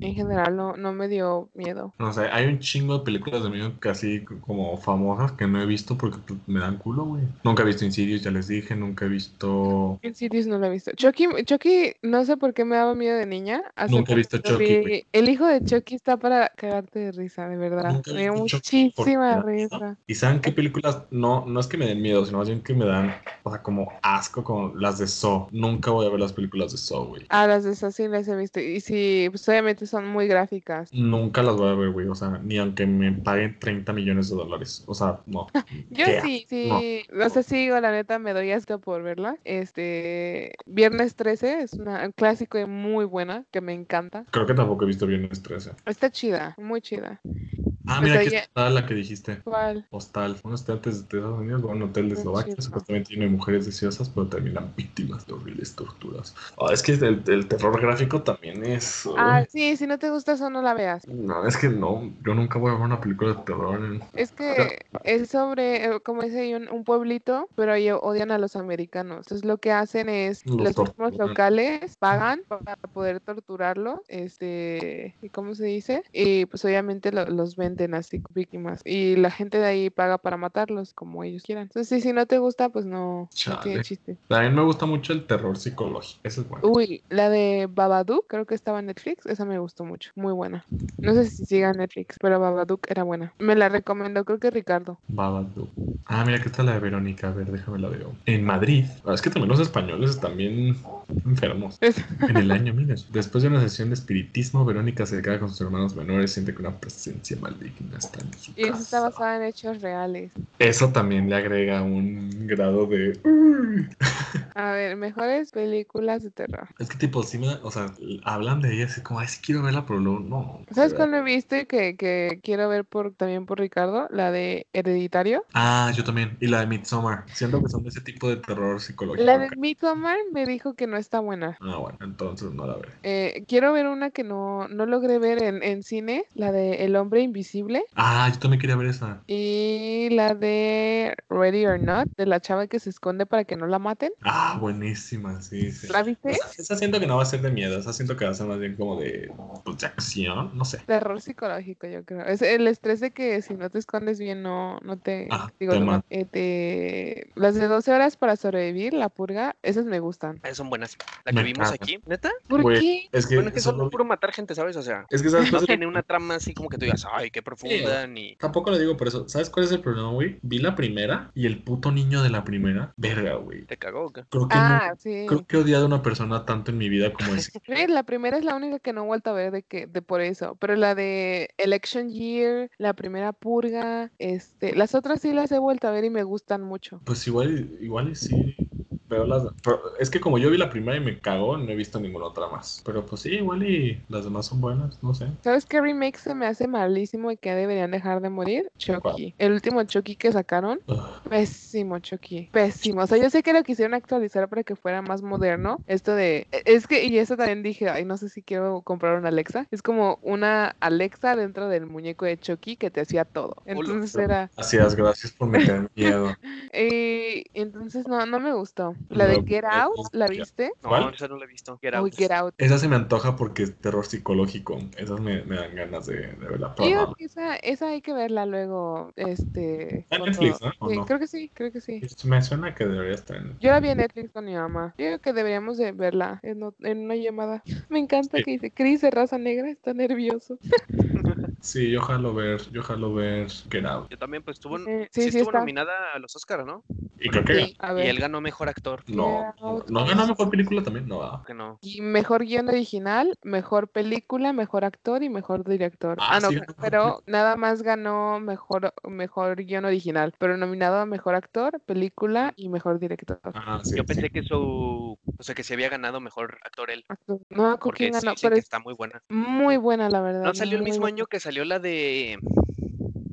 [SPEAKER 1] en general no, no me dio miedo.
[SPEAKER 3] No sé, hay un chingo de películas de miedo que así como famosas que no he visto porque pues, me dan culo, güey. Nunca he visto Insidious, ya les dije, nunca he visto...
[SPEAKER 1] En Sirius no la he visto. Chucky, Chucky, no sé por qué me daba miedo de niña. hace
[SPEAKER 3] Nunca
[SPEAKER 1] poco
[SPEAKER 3] he visto
[SPEAKER 1] lo
[SPEAKER 3] Chucky, güey.
[SPEAKER 1] vi. El hijo de Chucky está para cagarte de risa, de verdad.
[SPEAKER 3] Nunca he
[SPEAKER 1] Me dio
[SPEAKER 3] visto Chucky porque
[SPEAKER 1] muchísima
[SPEAKER 3] me da miedo.
[SPEAKER 1] risa.
[SPEAKER 3] ¿Y saben qué películas? No, no es que me den miedo, sino más bien que me dan, o sea, como asco con las de Saw. Nunca voy a ver las películas de Saw, güey.
[SPEAKER 1] Ah, las de esas sí las he visto. Y sí, pues obviamente son muy gráficas.
[SPEAKER 3] Nunca las voy a ver, güey. O sea, ni aunque me paguen 30 millones de dólares. O sea, no.
[SPEAKER 1] Yo
[SPEAKER 3] Qué
[SPEAKER 1] sí,
[SPEAKER 3] asco.
[SPEAKER 1] sí, no. sé si la neta me doy asco por verla. Este, Viernes 13 es una un clásico y muy buena que me encanta.
[SPEAKER 3] Creo que tampoco he visto Viernes 13.
[SPEAKER 1] Está chida, muy chida.
[SPEAKER 3] Ah,
[SPEAKER 1] O
[SPEAKER 3] mira,
[SPEAKER 1] sea,
[SPEAKER 3] aquí
[SPEAKER 1] ya-
[SPEAKER 3] está la que dijiste.
[SPEAKER 1] ¿Cuál?
[SPEAKER 3] Hostal. Un estudiante de Estados Unidos va a un hotel de
[SPEAKER 1] Ah,
[SPEAKER 3] Eslovaquia.
[SPEAKER 1] cierto.
[SPEAKER 3] Supuestamente tiene mujeres deseosas, pero terminan víctimas de horribles torturas. Ah, es que el, el terror gráfico también es.
[SPEAKER 1] Ah,
[SPEAKER 3] uy.
[SPEAKER 1] sí, si no te gusta eso no la veas.
[SPEAKER 3] No, es que no. Yo nunca voy a ver una película de terror. en-
[SPEAKER 1] Es que es sobre, eh, como dice, ahí, un, un pueblito, pero ellos odian a los americanos. Entonces lo que hacen es,
[SPEAKER 3] Los
[SPEAKER 1] los mismos
[SPEAKER 3] torturan.
[SPEAKER 1] locales pagan para poder torturarlo, este, ¿y cómo se dice? Y pues obviamente lo- los venden así, víctimas. Y la gente de ahí paga para matarlos como ellos quieran. Entonces sí, si no te gusta, pues no, no
[SPEAKER 3] Chale.
[SPEAKER 1] tiene chiste.
[SPEAKER 3] También me gusta mucho el terror psicológico. Eso es bueno.
[SPEAKER 1] Uy, la de Babadook, creo que estaba en Netflix, esa me gustó mucho, muy buena. No sé si siga en Netflix, pero Babadook era buena. Me la recomendó, creo que Ricardo.
[SPEAKER 3] Babadook. Ah, mira, aquí está la de Verónica. A ver, déjame la veo. En Madrid. Ah, Es que también los españoles están bien enfermos. En el año, mira. Después de una sesión de espiritismo, Verónica se queda con sus hermanos menores. Siente que una presencia maligna está en su
[SPEAKER 1] Y eso está
[SPEAKER 3] casa.
[SPEAKER 1] basada en hechos reales.
[SPEAKER 3] Eso también le agrega un grado de... "Uy".
[SPEAKER 1] A ver, mejores películas de terror.
[SPEAKER 3] Es que tipo, sí me... da- O sea, hablan de ella así como, ay, sí quiero verla, pero luego no.
[SPEAKER 1] ¿Sabes cuál me viste y que, que quiero ver por, también por Ricardo? La de Hereditario.
[SPEAKER 3] Ah, yo también. Y la de Midsommar. Siento que son de ese tipo de terror psicológico.
[SPEAKER 1] La de Midsommar me dijo que no está buena.
[SPEAKER 3] Ah, bueno, entonces no la veré.
[SPEAKER 1] Eh, quiero ver una que no, no logré ver en, en cine, la de El Hombre Invisible
[SPEAKER 3] Ah, yo también quería ver esa.
[SPEAKER 1] y la de Ready or Not, de la chava que se esconde para que no la maten.
[SPEAKER 3] Ah, buenísima, sí, sí.
[SPEAKER 1] ¿La viste?
[SPEAKER 3] Esa, esa siento que no va a ser de miedo, esa siento que va a ser más bien como de, pues, de acción, no sé.
[SPEAKER 1] Terror psicológico, yo creo. Es el estrés de que si no te escondes bien, no, no te.
[SPEAKER 3] Ah,
[SPEAKER 1] digo,
[SPEAKER 3] te
[SPEAKER 1] no,
[SPEAKER 3] mata.
[SPEAKER 1] eh, te- Las de 12 horas para sobrevivir, la purga, esas me gustan.
[SPEAKER 4] Esas son buenas. La
[SPEAKER 3] Me
[SPEAKER 4] que vimos
[SPEAKER 3] cagan.
[SPEAKER 4] aquí, neta.
[SPEAKER 1] ¿Por
[SPEAKER 3] Güey,
[SPEAKER 1] qué?
[SPEAKER 3] Es que,
[SPEAKER 4] Bueno, es que
[SPEAKER 3] solo-
[SPEAKER 4] solo puro matar gente, ¿sabes? O sea,
[SPEAKER 3] es que
[SPEAKER 4] [laughs]
[SPEAKER 3] ¿sabes
[SPEAKER 4] no
[SPEAKER 3] cuál es el-
[SPEAKER 4] tiene una trama así como que tú digas, ay, qué profunda, ni.
[SPEAKER 3] Tampoco lo digo por eso. ¿Sabes cuál es el problema, güey? Vi la primera y el puto niño de la primera, verga, güey.
[SPEAKER 4] Te cagó, ¿o qué?
[SPEAKER 3] Creo que
[SPEAKER 1] Ah,
[SPEAKER 3] no-
[SPEAKER 1] sí.
[SPEAKER 3] creo que he odiado a una persona tanto en mi vida como
[SPEAKER 4] [laughs]
[SPEAKER 3] ese.
[SPEAKER 1] Ve, La primera es la única que no he vuelto a ver de que de por eso, pero la de Election Year, la primera purga, este, las otras sí las he vuelto a ver y me gustan mucho.
[SPEAKER 3] Pues igual, igual y sí. Pero las, pero es que como yo vi la primera y me cagó, no he visto ninguna otra más. Pero pues sí, igual y las demás son buenas, no sé.
[SPEAKER 1] ¿Sabes qué remake se me hace malísimo y que deberían dejar de morir? Chucky. El último Chucky que sacaron,
[SPEAKER 3] Ugh.
[SPEAKER 1] Pésimo, Chucky. Pésimo. O sea, yo sé que lo quisieron actualizar para que fuera más moderno. Esto de. e- Es que, y eso también dije, ay, no sé si quiero comprar una Alexa. Es como una Alexa dentro del muñeco de Chucky que te hacía todo. Entonces
[SPEAKER 3] pero-
[SPEAKER 1] era.
[SPEAKER 3] Así es, gracias por meter miedo.
[SPEAKER 1] eh, entonces no, no me gustó. La de
[SPEAKER 3] No,
[SPEAKER 1] Get
[SPEAKER 3] no,
[SPEAKER 1] Out, ¿la
[SPEAKER 3] ya.
[SPEAKER 1] viste?
[SPEAKER 4] No,
[SPEAKER 3] ¿Cuál?
[SPEAKER 4] esa no la he visto. Get
[SPEAKER 1] Uy,
[SPEAKER 4] Out.
[SPEAKER 1] Get Out.
[SPEAKER 3] Esa se me antoja porque es terror psicológico. Esas me, me dan ganas de, de verla. Pero
[SPEAKER 1] Digo
[SPEAKER 3] Oh, no.
[SPEAKER 1] que esa, esa hay que verla luego, este...
[SPEAKER 3] Está en
[SPEAKER 1] con
[SPEAKER 3] Netflix,
[SPEAKER 1] todo.
[SPEAKER 3] ¿no? ¿O
[SPEAKER 1] Sí,
[SPEAKER 3] no?
[SPEAKER 1] Creo que sí, creo que sí.
[SPEAKER 3] Me suena que debería estar en.
[SPEAKER 1] Yo la vi en Netflix con mi mamá. Yo creo que deberíamos de verla en, o- en una llamada. [laughs] Me encanta
[SPEAKER 3] Sí.
[SPEAKER 1] que dice, Cris de raza negra está nervioso.
[SPEAKER 3] Sí, yo jalo ver, yo jalo ver Get Out.
[SPEAKER 4] Yo también, pues, tuvo,
[SPEAKER 1] Eh,
[SPEAKER 4] sí,
[SPEAKER 1] sí, sí
[SPEAKER 4] estuvo
[SPEAKER 1] está.
[SPEAKER 4] nominada a los Oscar, ¿no?
[SPEAKER 3] Y creo que
[SPEAKER 1] Sí, a
[SPEAKER 4] Y
[SPEAKER 1] ver.
[SPEAKER 4] él ganó mejor actor.
[SPEAKER 3] no.
[SPEAKER 1] Get Out.
[SPEAKER 3] ¿No ganó mejor película también? No. ¿verdad?
[SPEAKER 4] Que no.
[SPEAKER 1] Y mejor guión original, mejor película, mejor actor y mejor director.
[SPEAKER 3] Ah,
[SPEAKER 1] Ah, no,
[SPEAKER 3] sí,
[SPEAKER 1] ca-
[SPEAKER 3] ganó mejor
[SPEAKER 1] pero nada más ganó mejor, mejor guión original, pero nominado a mejor actor, película y mejor director.
[SPEAKER 3] Ah, sí.
[SPEAKER 4] Yo pensé que su. O sea, que se había ganado mejor actor él.
[SPEAKER 1] Actor. No, ¿con
[SPEAKER 4] Porque
[SPEAKER 1] quién
[SPEAKER 4] sí,
[SPEAKER 1] ganó?
[SPEAKER 4] dicen
[SPEAKER 1] pero
[SPEAKER 4] que
[SPEAKER 1] es
[SPEAKER 4] está muy buena.
[SPEAKER 1] muy buena, la verdad.
[SPEAKER 4] ¿No salió el
[SPEAKER 1] muy
[SPEAKER 4] mismo
[SPEAKER 1] buena.
[SPEAKER 4] año que salió la de.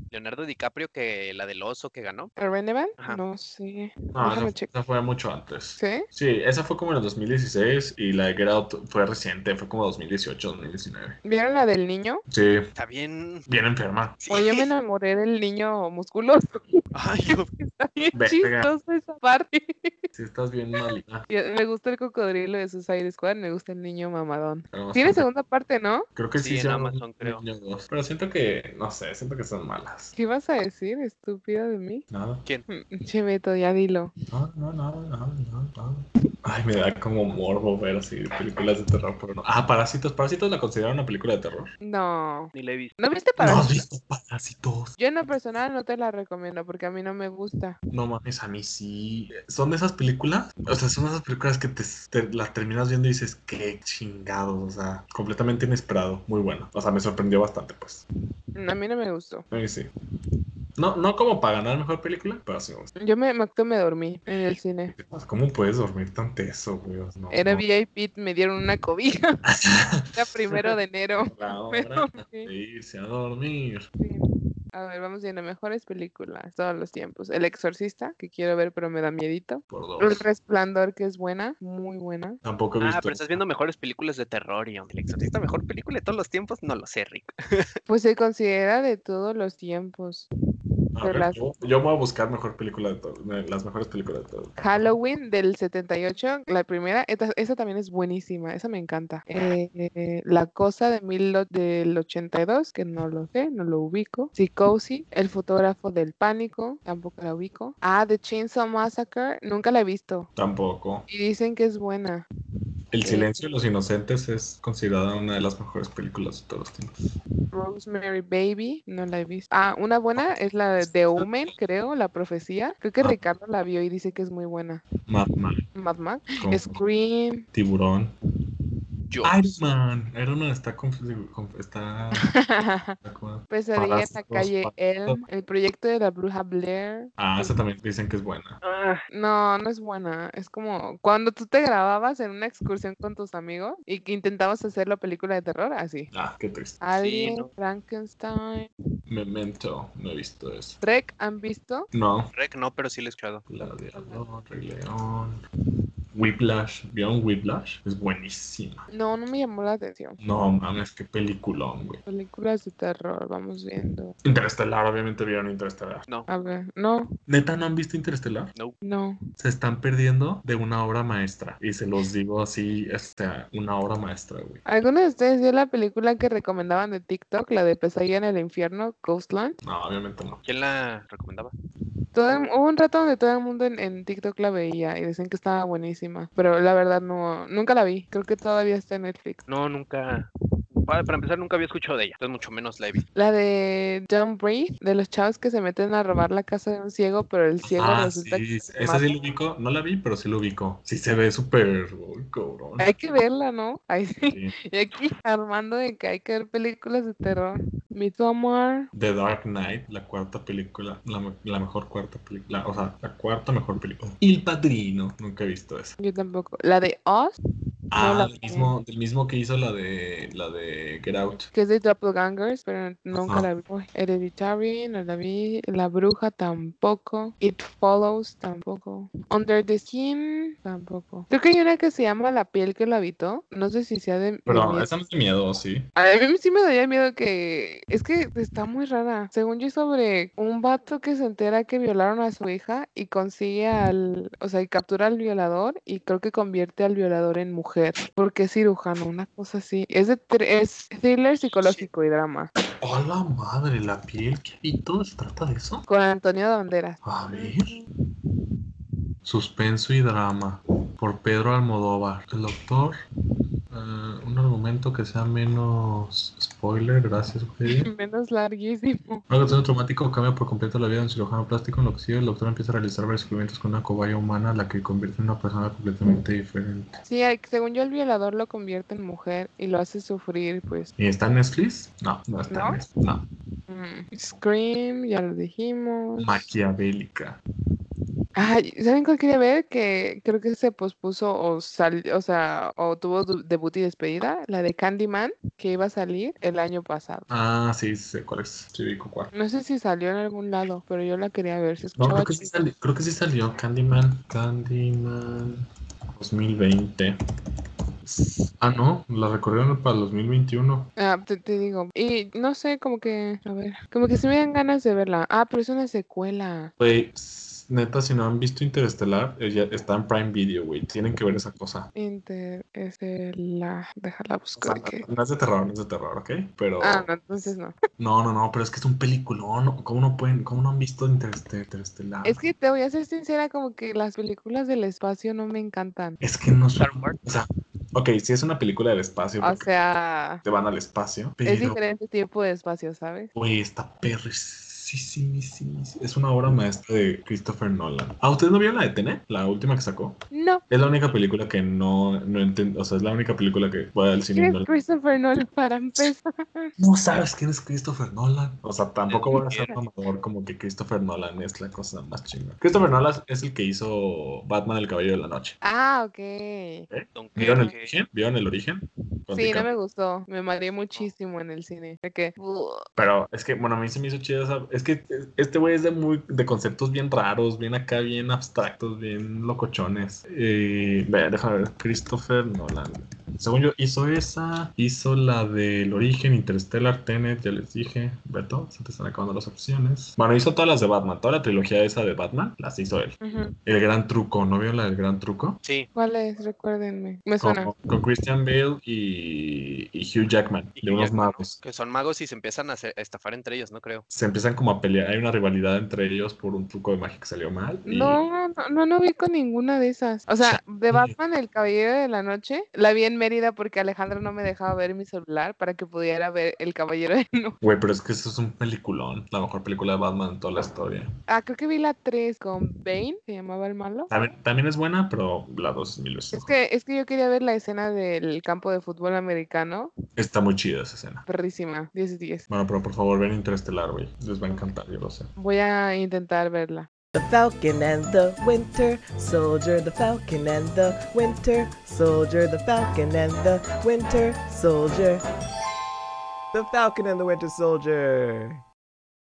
[SPEAKER 4] Leonardo DiCaprio que la del oso que ganó?
[SPEAKER 1] ¿Renevan?
[SPEAKER 4] Ajá.
[SPEAKER 1] No sé.
[SPEAKER 3] No,
[SPEAKER 1] Déjame
[SPEAKER 3] esa,
[SPEAKER 1] checar.
[SPEAKER 3] esa fue mucho antes.
[SPEAKER 1] ¿Sí?
[SPEAKER 3] Sí, esa fue como en el 2016 y la de Get Out fue reciente, fue como 2018, 2019.
[SPEAKER 1] ¿Vieron la del niño?
[SPEAKER 3] Sí,
[SPEAKER 4] Está bien. [laughs]
[SPEAKER 3] bien enferma.
[SPEAKER 4] Sí.
[SPEAKER 1] Oye, me enamoré del niño musculoso. [laughs]
[SPEAKER 4] Ay, yo-
[SPEAKER 1] Está bien
[SPEAKER 3] Verga.
[SPEAKER 1] chistoso esa parte.
[SPEAKER 3] Sí, estás bien malita.
[SPEAKER 1] Y Me gusta el cocodrilo de Suicide Squad, me gusta el niño mamadón.
[SPEAKER 3] Pero no
[SPEAKER 1] Tiene
[SPEAKER 3] sé,
[SPEAKER 1] segunda parte, ¿no?
[SPEAKER 3] Creo que sí,
[SPEAKER 4] Sí, en
[SPEAKER 3] hicieron
[SPEAKER 4] Amazon,
[SPEAKER 3] un
[SPEAKER 4] creo.
[SPEAKER 3] niño dos, Pero siento que, no sé, siento que son malas.
[SPEAKER 1] ¿Qué vas a decir, estúpida de mí?
[SPEAKER 3] Nada,
[SPEAKER 1] Mm, Che, Beto, ya dilo.
[SPEAKER 3] no, no, nada, nada, nada, nada. Ay, me da como morbo ver así películas de terror, pero no. Ah, Parásitos. Parásitos la consideraron una película de terror.
[SPEAKER 1] No.
[SPEAKER 4] ni la he visto.
[SPEAKER 1] ¿No viste
[SPEAKER 3] ¿No has
[SPEAKER 1] Parásitos?
[SPEAKER 3] visto Parásitos?
[SPEAKER 1] Yo en lo personal no te la recomiendo porque a mí no me gusta.
[SPEAKER 3] No mames, a mí sí. Son de esas películas. O sea, son de esas películas que te, te- las terminas viendo y dices, qué chingados. O sea, completamente inesperado. Muy bueno. O sea, me sorprendió bastante, pues.
[SPEAKER 1] Mm, A mí no me gustó.
[SPEAKER 3] A mí sí. No, no como para ganar mejor película, pero sí me gustó.
[SPEAKER 1] Yo me, me, me dormí en el cine.
[SPEAKER 3] ¿Cómo puedes dormir tan teso, güey? No,
[SPEAKER 1] Era
[SPEAKER 3] no.
[SPEAKER 1] VIP, me dieron una cobija. [laughs] Era primero de enero.
[SPEAKER 3] [laughs] La
[SPEAKER 1] Me
[SPEAKER 3] hora
[SPEAKER 1] [laughs] dormí.
[SPEAKER 3] de irse a dormir.
[SPEAKER 1] Sí. A ver, vamos viendo mejores películas, todos los tiempos. El Exorcista, que quiero ver, pero me da miedito.
[SPEAKER 3] Por
[SPEAKER 1] El
[SPEAKER 3] dos.
[SPEAKER 1] Resplandor, que es buena, muy buena.
[SPEAKER 3] Tampoco he
[SPEAKER 4] Ah,
[SPEAKER 3] visto.
[SPEAKER 4] pero estás viendo mejores películas de terror y hombre, el exorcista mejor película de todos los tiempos, no lo sé, Rick.
[SPEAKER 1] Pues se considera de todos los tiempos.
[SPEAKER 3] A
[SPEAKER 1] de
[SPEAKER 3] ver,
[SPEAKER 1] las-
[SPEAKER 3] yo, yo voy a buscar mejor película de todo. de Las mejores películas de todo.
[SPEAKER 1] Halloween del 78, la primera, esta, esa también es buenísima, esa me encanta. Eh, eh, la cosa de mil lo- del 82, que no lo sé, no lo ubico. Psicosis, el fotógrafo del pánico, tampoco la ubico. Ah, The Chainsaw Massacre, nunca la he visto.
[SPEAKER 3] Tampoco.
[SPEAKER 1] Y dicen que es buena.
[SPEAKER 3] El
[SPEAKER 1] Sí.
[SPEAKER 3] silencio de los inocentes es considerada una de las mejores películas de todos los tiempos.
[SPEAKER 1] Rosemary Baby, no la he visto. Ah, una buena es la de The Omen, creo, la profecía. Creo que
[SPEAKER 3] Ah.
[SPEAKER 1] Ricardo la vio y dice que es muy buena.
[SPEAKER 3] Mad Max,
[SPEAKER 1] Mad Max,
[SPEAKER 3] con
[SPEAKER 1] Scream. [laughs]
[SPEAKER 3] Tiburón.
[SPEAKER 4] Yo.
[SPEAKER 3] Iron Man. Iron Man está conf- conf- está. está como-
[SPEAKER 1] Pesadilla en la
[SPEAKER 3] Parásitos,
[SPEAKER 1] calle Elm,
[SPEAKER 3] parásitos.
[SPEAKER 1] el proyecto de la bruja Blair.
[SPEAKER 3] Ah, esa también dicen que es buena.
[SPEAKER 4] Ah,
[SPEAKER 1] No, no es buena. Es como cuando tú te grababas en una excursión con tus amigos y que intentabas hacer la película de terror, así.
[SPEAKER 3] Ah, qué triste.
[SPEAKER 1] Alien,
[SPEAKER 4] no.
[SPEAKER 1] Frankenstein,
[SPEAKER 3] Memento, no he visto eso.
[SPEAKER 1] Trek, ¿han visto?
[SPEAKER 3] No.
[SPEAKER 4] Rick, no, pero sí lo he escuchado.
[SPEAKER 3] La de Alon, Rey León. Whiplash. ¿Vieron Whiplash? Es buenísima.
[SPEAKER 1] No, no me llamó la atención.
[SPEAKER 3] No mames, qué peliculón, güey.
[SPEAKER 1] Películas de terror, vamos viendo.
[SPEAKER 3] Interestelar, obviamente vieron Interestelar.
[SPEAKER 4] No,
[SPEAKER 1] A ver, no,
[SPEAKER 3] ¿Neta no han visto Interestelar?
[SPEAKER 4] no.
[SPEAKER 1] no.
[SPEAKER 3] se están perdiendo de una obra maestra. Y se los digo así, o sea, una obra maestra, güey.
[SPEAKER 1] ¿Alguno de ustedes vio la película que recomendaban de TikTok, la de Pesadilla en el Infierno, Ghostland?
[SPEAKER 3] No, obviamente no.
[SPEAKER 4] ¿Quién la recomendaba?
[SPEAKER 1] Todo el- hubo un rato donde todo el mundo en, en TikTok la veía y decían que estaba buenísima, pero la verdad no, nunca la vi. Creo que todavía está en Netflix.
[SPEAKER 4] No, nunca. Para, para empezar, nunca había escuchado de ella, entonces mucho menos la he visto.
[SPEAKER 1] La de Don't Breathe, de los chavos que se meten a robar la casa de un ciego, pero el ciego
[SPEAKER 3] Ah,
[SPEAKER 1] resulta que
[SPEAKER 3] sí,
[SPEAKER 1] se
[SPEAKER 3] esa sí
[SPEAKER 1] mata.
[SPEAKER 3] lo ubico. No la vi, pero sí lo ubico. Sí se ve súper, uy, cabrón.
[SPEAKER 1] Hay que verla, ¿no? Ahí sí.
[SPEAKER 3] Sí.
[SPEAKER 1] [laughs] Y aquí armando de que hay que ver películas de terror. Midsommar,
[SPEAKER 3] The Dark Knight, la cuarta película, la, me- la mejor cuarta película, o sea, la cuarta mejor película. El Padrino, nunca he visto esa.
[SPEAKER 1] yo tampoco. La de Oz,
[SPEAKER 3] Ah,
[SPEAKER 1] la
[SPEAKER 3] del mismo, del mismo que hizo la de la de Get Out.
[SPEAKER 1] que es de Doppelgangers, pero nunca
[SPEAKER 3] Ajá.
[SPEAKER 1] la vi. Hereditary, no la vi. La Bruja tampoco. It Follows tampoco. Under the Skin tampoco. Creo que hay una que se llama La piel que lo habitó. No sé si sea de. de
[SPEAKER 3] Pero
[SPEAKER 1] miedo.
[SPEAKER 3] esa no es de miedo, sí.
[SPEAKER 1] A mí sí me daría miedo que... Es que está muy rara. Según yo, es sobre un vato que se entera que violaron a su hija y consigue al... O sea, y captura al violador y creo que convierte al violador en mujer. Porque es cirujano, una cosa así. Es, de thr- es thriller psicológico y drama.
[SPEAKER 3] ¡A la madre! La piel, ¿qué y todo se trata de eso?
[SPEAKER 1] Con Antonio Banderas.
[SPEAKER 3] A ver. Suspenso y drama. Por Pedro Almodóvar. El doctor. eh, un argumento que sea menos spoiler, gracias, Eugenia. [laughs]
[SPEAKER 1] [laughs] Menos larguísimo.
[SPEAKER 3] Una situación traumática cambia por completo la vida de un cirujano plástico, en lo que sigue el doctor empieza a realizar varios experimentos con una cobaya humana, la que convierte en una persona completamente diferente.
[SPEAKER 1] Sí, hay- según yo, el violador lo convierte en mujer y lo hace sufrir, pues.
[SPEAKER 3] ¿Y está en Netflix? No, no está
[SPEAKER 1] ¿No?
[SPEAKER 3] en Netflix. No.
[SPEAKER 1] mm, Scream, ya lo dijimos.
[SPEAKER 3] Maquiavélica.
[SPEAKER 1] Ay, ¿saben cuál quería ver? Que creo que se pospuso o sal, o sea, o tuvo du- debut y despedida, la de Candyman, que iba a salir el año pasado.
[SPEAKER 3] Ah, sí, sí sé cuál es. Sí, ubico cuál.
[SPEAKER 1] No sé si salió en algún lado, pero yo la quería ver. Se
[SPEAKER 3] No,
[SPEAKER 1] escuchaba
[SPEAKER 3] creo que, sí
[SPEAKER 1] chida.
[SPEAKER 3] salió, creo que sí salió Candyman. Candyman 2020. Ah, no, la recorrieron para el 2021.
[SPEAKER 1] Ah, te, te digo. Y no sé, como que, a ver, como que se me dan ganas de verla. Ah, pero es una secuela.
[SPEAKER 3] Güey, s- neta, si no han visto Interestelar, eh, ya está en Prime Video, güey. Tienen que ver esa cosa.
[SPEAKER 1] Inter, este, la, déjala
[SPEAKER 3] O sea,
[SPEAKER 1] buscar. que-
[SPEAKER 3] no es de terror, no es de terror, ¿ok? Pero.
[SPEAKER 1] Ah, no, entonces no.
[SPEAKER 3] No, no, no, pero es que es un peliculón. ¿Cómo no pueden, cómo no han visto Interest- Interestelar?
[SPEAKER 1] Es que te voy a ser sincera, como que las películas del espacio no me encantan.
[SPEAKER 3] Es que no son.
[SPEAKER 4] Star Wars.
[SPEAKER 3] O sea, ok, sí es una película del espacio,
[SPEAKER 1] O
[SPEAKER 3] porque
[SPEAKER 1] sea...
[SPEAKER 3] te van al espacio,
[SPEAKER 1] Es
[SPEAKER 3] pero.
[SPEAKER 1] diferente tipo de espacio, ¿sabes?
[SPEAKER 3] Güey, está perrisísima. Es una obra maestra de Christopher Nolan. ¿Ah, ustedes no vieron la de Tenet? La última que sacó.
[SPEAKER 1] No.
[SPEAKER 3] Es la única película que no, no entiendo. O sea, es la única película que voy al cine. y
[SPEAKER 1] ¿Quién
[SPEAKER 3] no
[SPEAKER 1] es
[SPEAKER 3] la-
[SPEAKER 1] Christopher
[SPEAKER 3] [laughs]
[SPEAKER 1] Nolan para empezar?
[SPEAKER 3] No sabes quién es Christopher Nolan. O sea, tampoco voy a ser
[SPEAKER 4] Quiero.
[SPEAKER 3] mamador como que Christopher Nolan es la cosa más chingona. Christopher Nolan es el que hizo Batman el Caballero de la Noche.
[SPEAKER 1] Ah, ok. Sí,
[SPEAKER 4] Don
[SPEAKER 3] ¿Vieron el
[SPEAKER 4] Quijote.
[SPEAKER 3] origen? ¿Vieron el origen? Con
[SPEAKER 1] no
[SPEAKER 3] DiCaprio.
[SPEAKER 1] me gustó. Me mareé muchísimo en el cine. De que, "Buh".
[SPEAKER 3] Pero es que, bueno, a mí se me hizo chido esa- Es que este güey es de muy de conceptos bien raros, bien acá, bien abstractos, bien locochones. Eh, ve, déjame ver, Christopher Nolan. Según yo, hizo esa, hizo la del origen, Interstellar, Tenet, ya les dije. Beto, se te están acabando las opciones. Bueno, hizo todas las de Batman, toda la trilogía esa de Batman, las hizo él.
[SPEAKER 1] Ujú.
[SPEAKER 3] El Gran Truco, ¿no vio la del Gran Truco?
[SPEAKER 4] Sí,
[SPEAKER 1] ¿Cuál es? Recuérdenme. Me
[SPEAKER 3] Con,
[SPEAKER 1] suena.
[SPEAKER 3] con Christian Bale y, y Hugh Jackman,
[SPEAKER 4] Y
[SPEAKER 3] de unos
[SPEAKER 4] Jackman, ¿no?
[SPEAKER 3] magos.
[SPEAKER 4] que son magos y se empiezan a, hacer- a estafar entre ellos, ¿no? Creo.
[SPEAKER 3] se empiezan como a pelear, hay una rivalidad entre ellos por un truco de magia que salió mal. y-
[SPEAKER 1] No, no, no, no vi con ninguna de esas. O sea, de
[SPEAKER 3] Chale.
[SPEAKER 1] Batman, El Caballero de la Noche, la vi en Mérida porque Alejandra no me dejaba ver mi celular para que pudiera ver El Caballero de la [laughs] Noche.
[SPEAKER 3] Güey, pero es que eso es un peliculón, la mejor película de Batman en toda la historia.
[SPEAKER 1] Ah, creo que vi la 3 con Bane, se llamaba el malo.
[SPEAKER 3] También, también es buena, pero la dos es mil veces
[SPEAKER 1] Es
[SPEAKER 3] mejor.
[SPEAKER 1] que, es que yo quería ver la escena del campo de fútbol americano.
[SPEAKER 3] Está muy chida esa escena.
[SPEAKER 1] Perrísima, 10 y 10.
[SPEAKER 3] Bueno, pero por favor, ven Interestelar, güey. Les va a encantar, yo lo sé.
[SPEAKER 1] Voy a intentar verla.
[SPEAKER 5] The Falcon and the Winter Soldier, the Falcon and the Winter Soldier, the Falcon and the Winter Soldier. The Falcon and the Winter Soldier.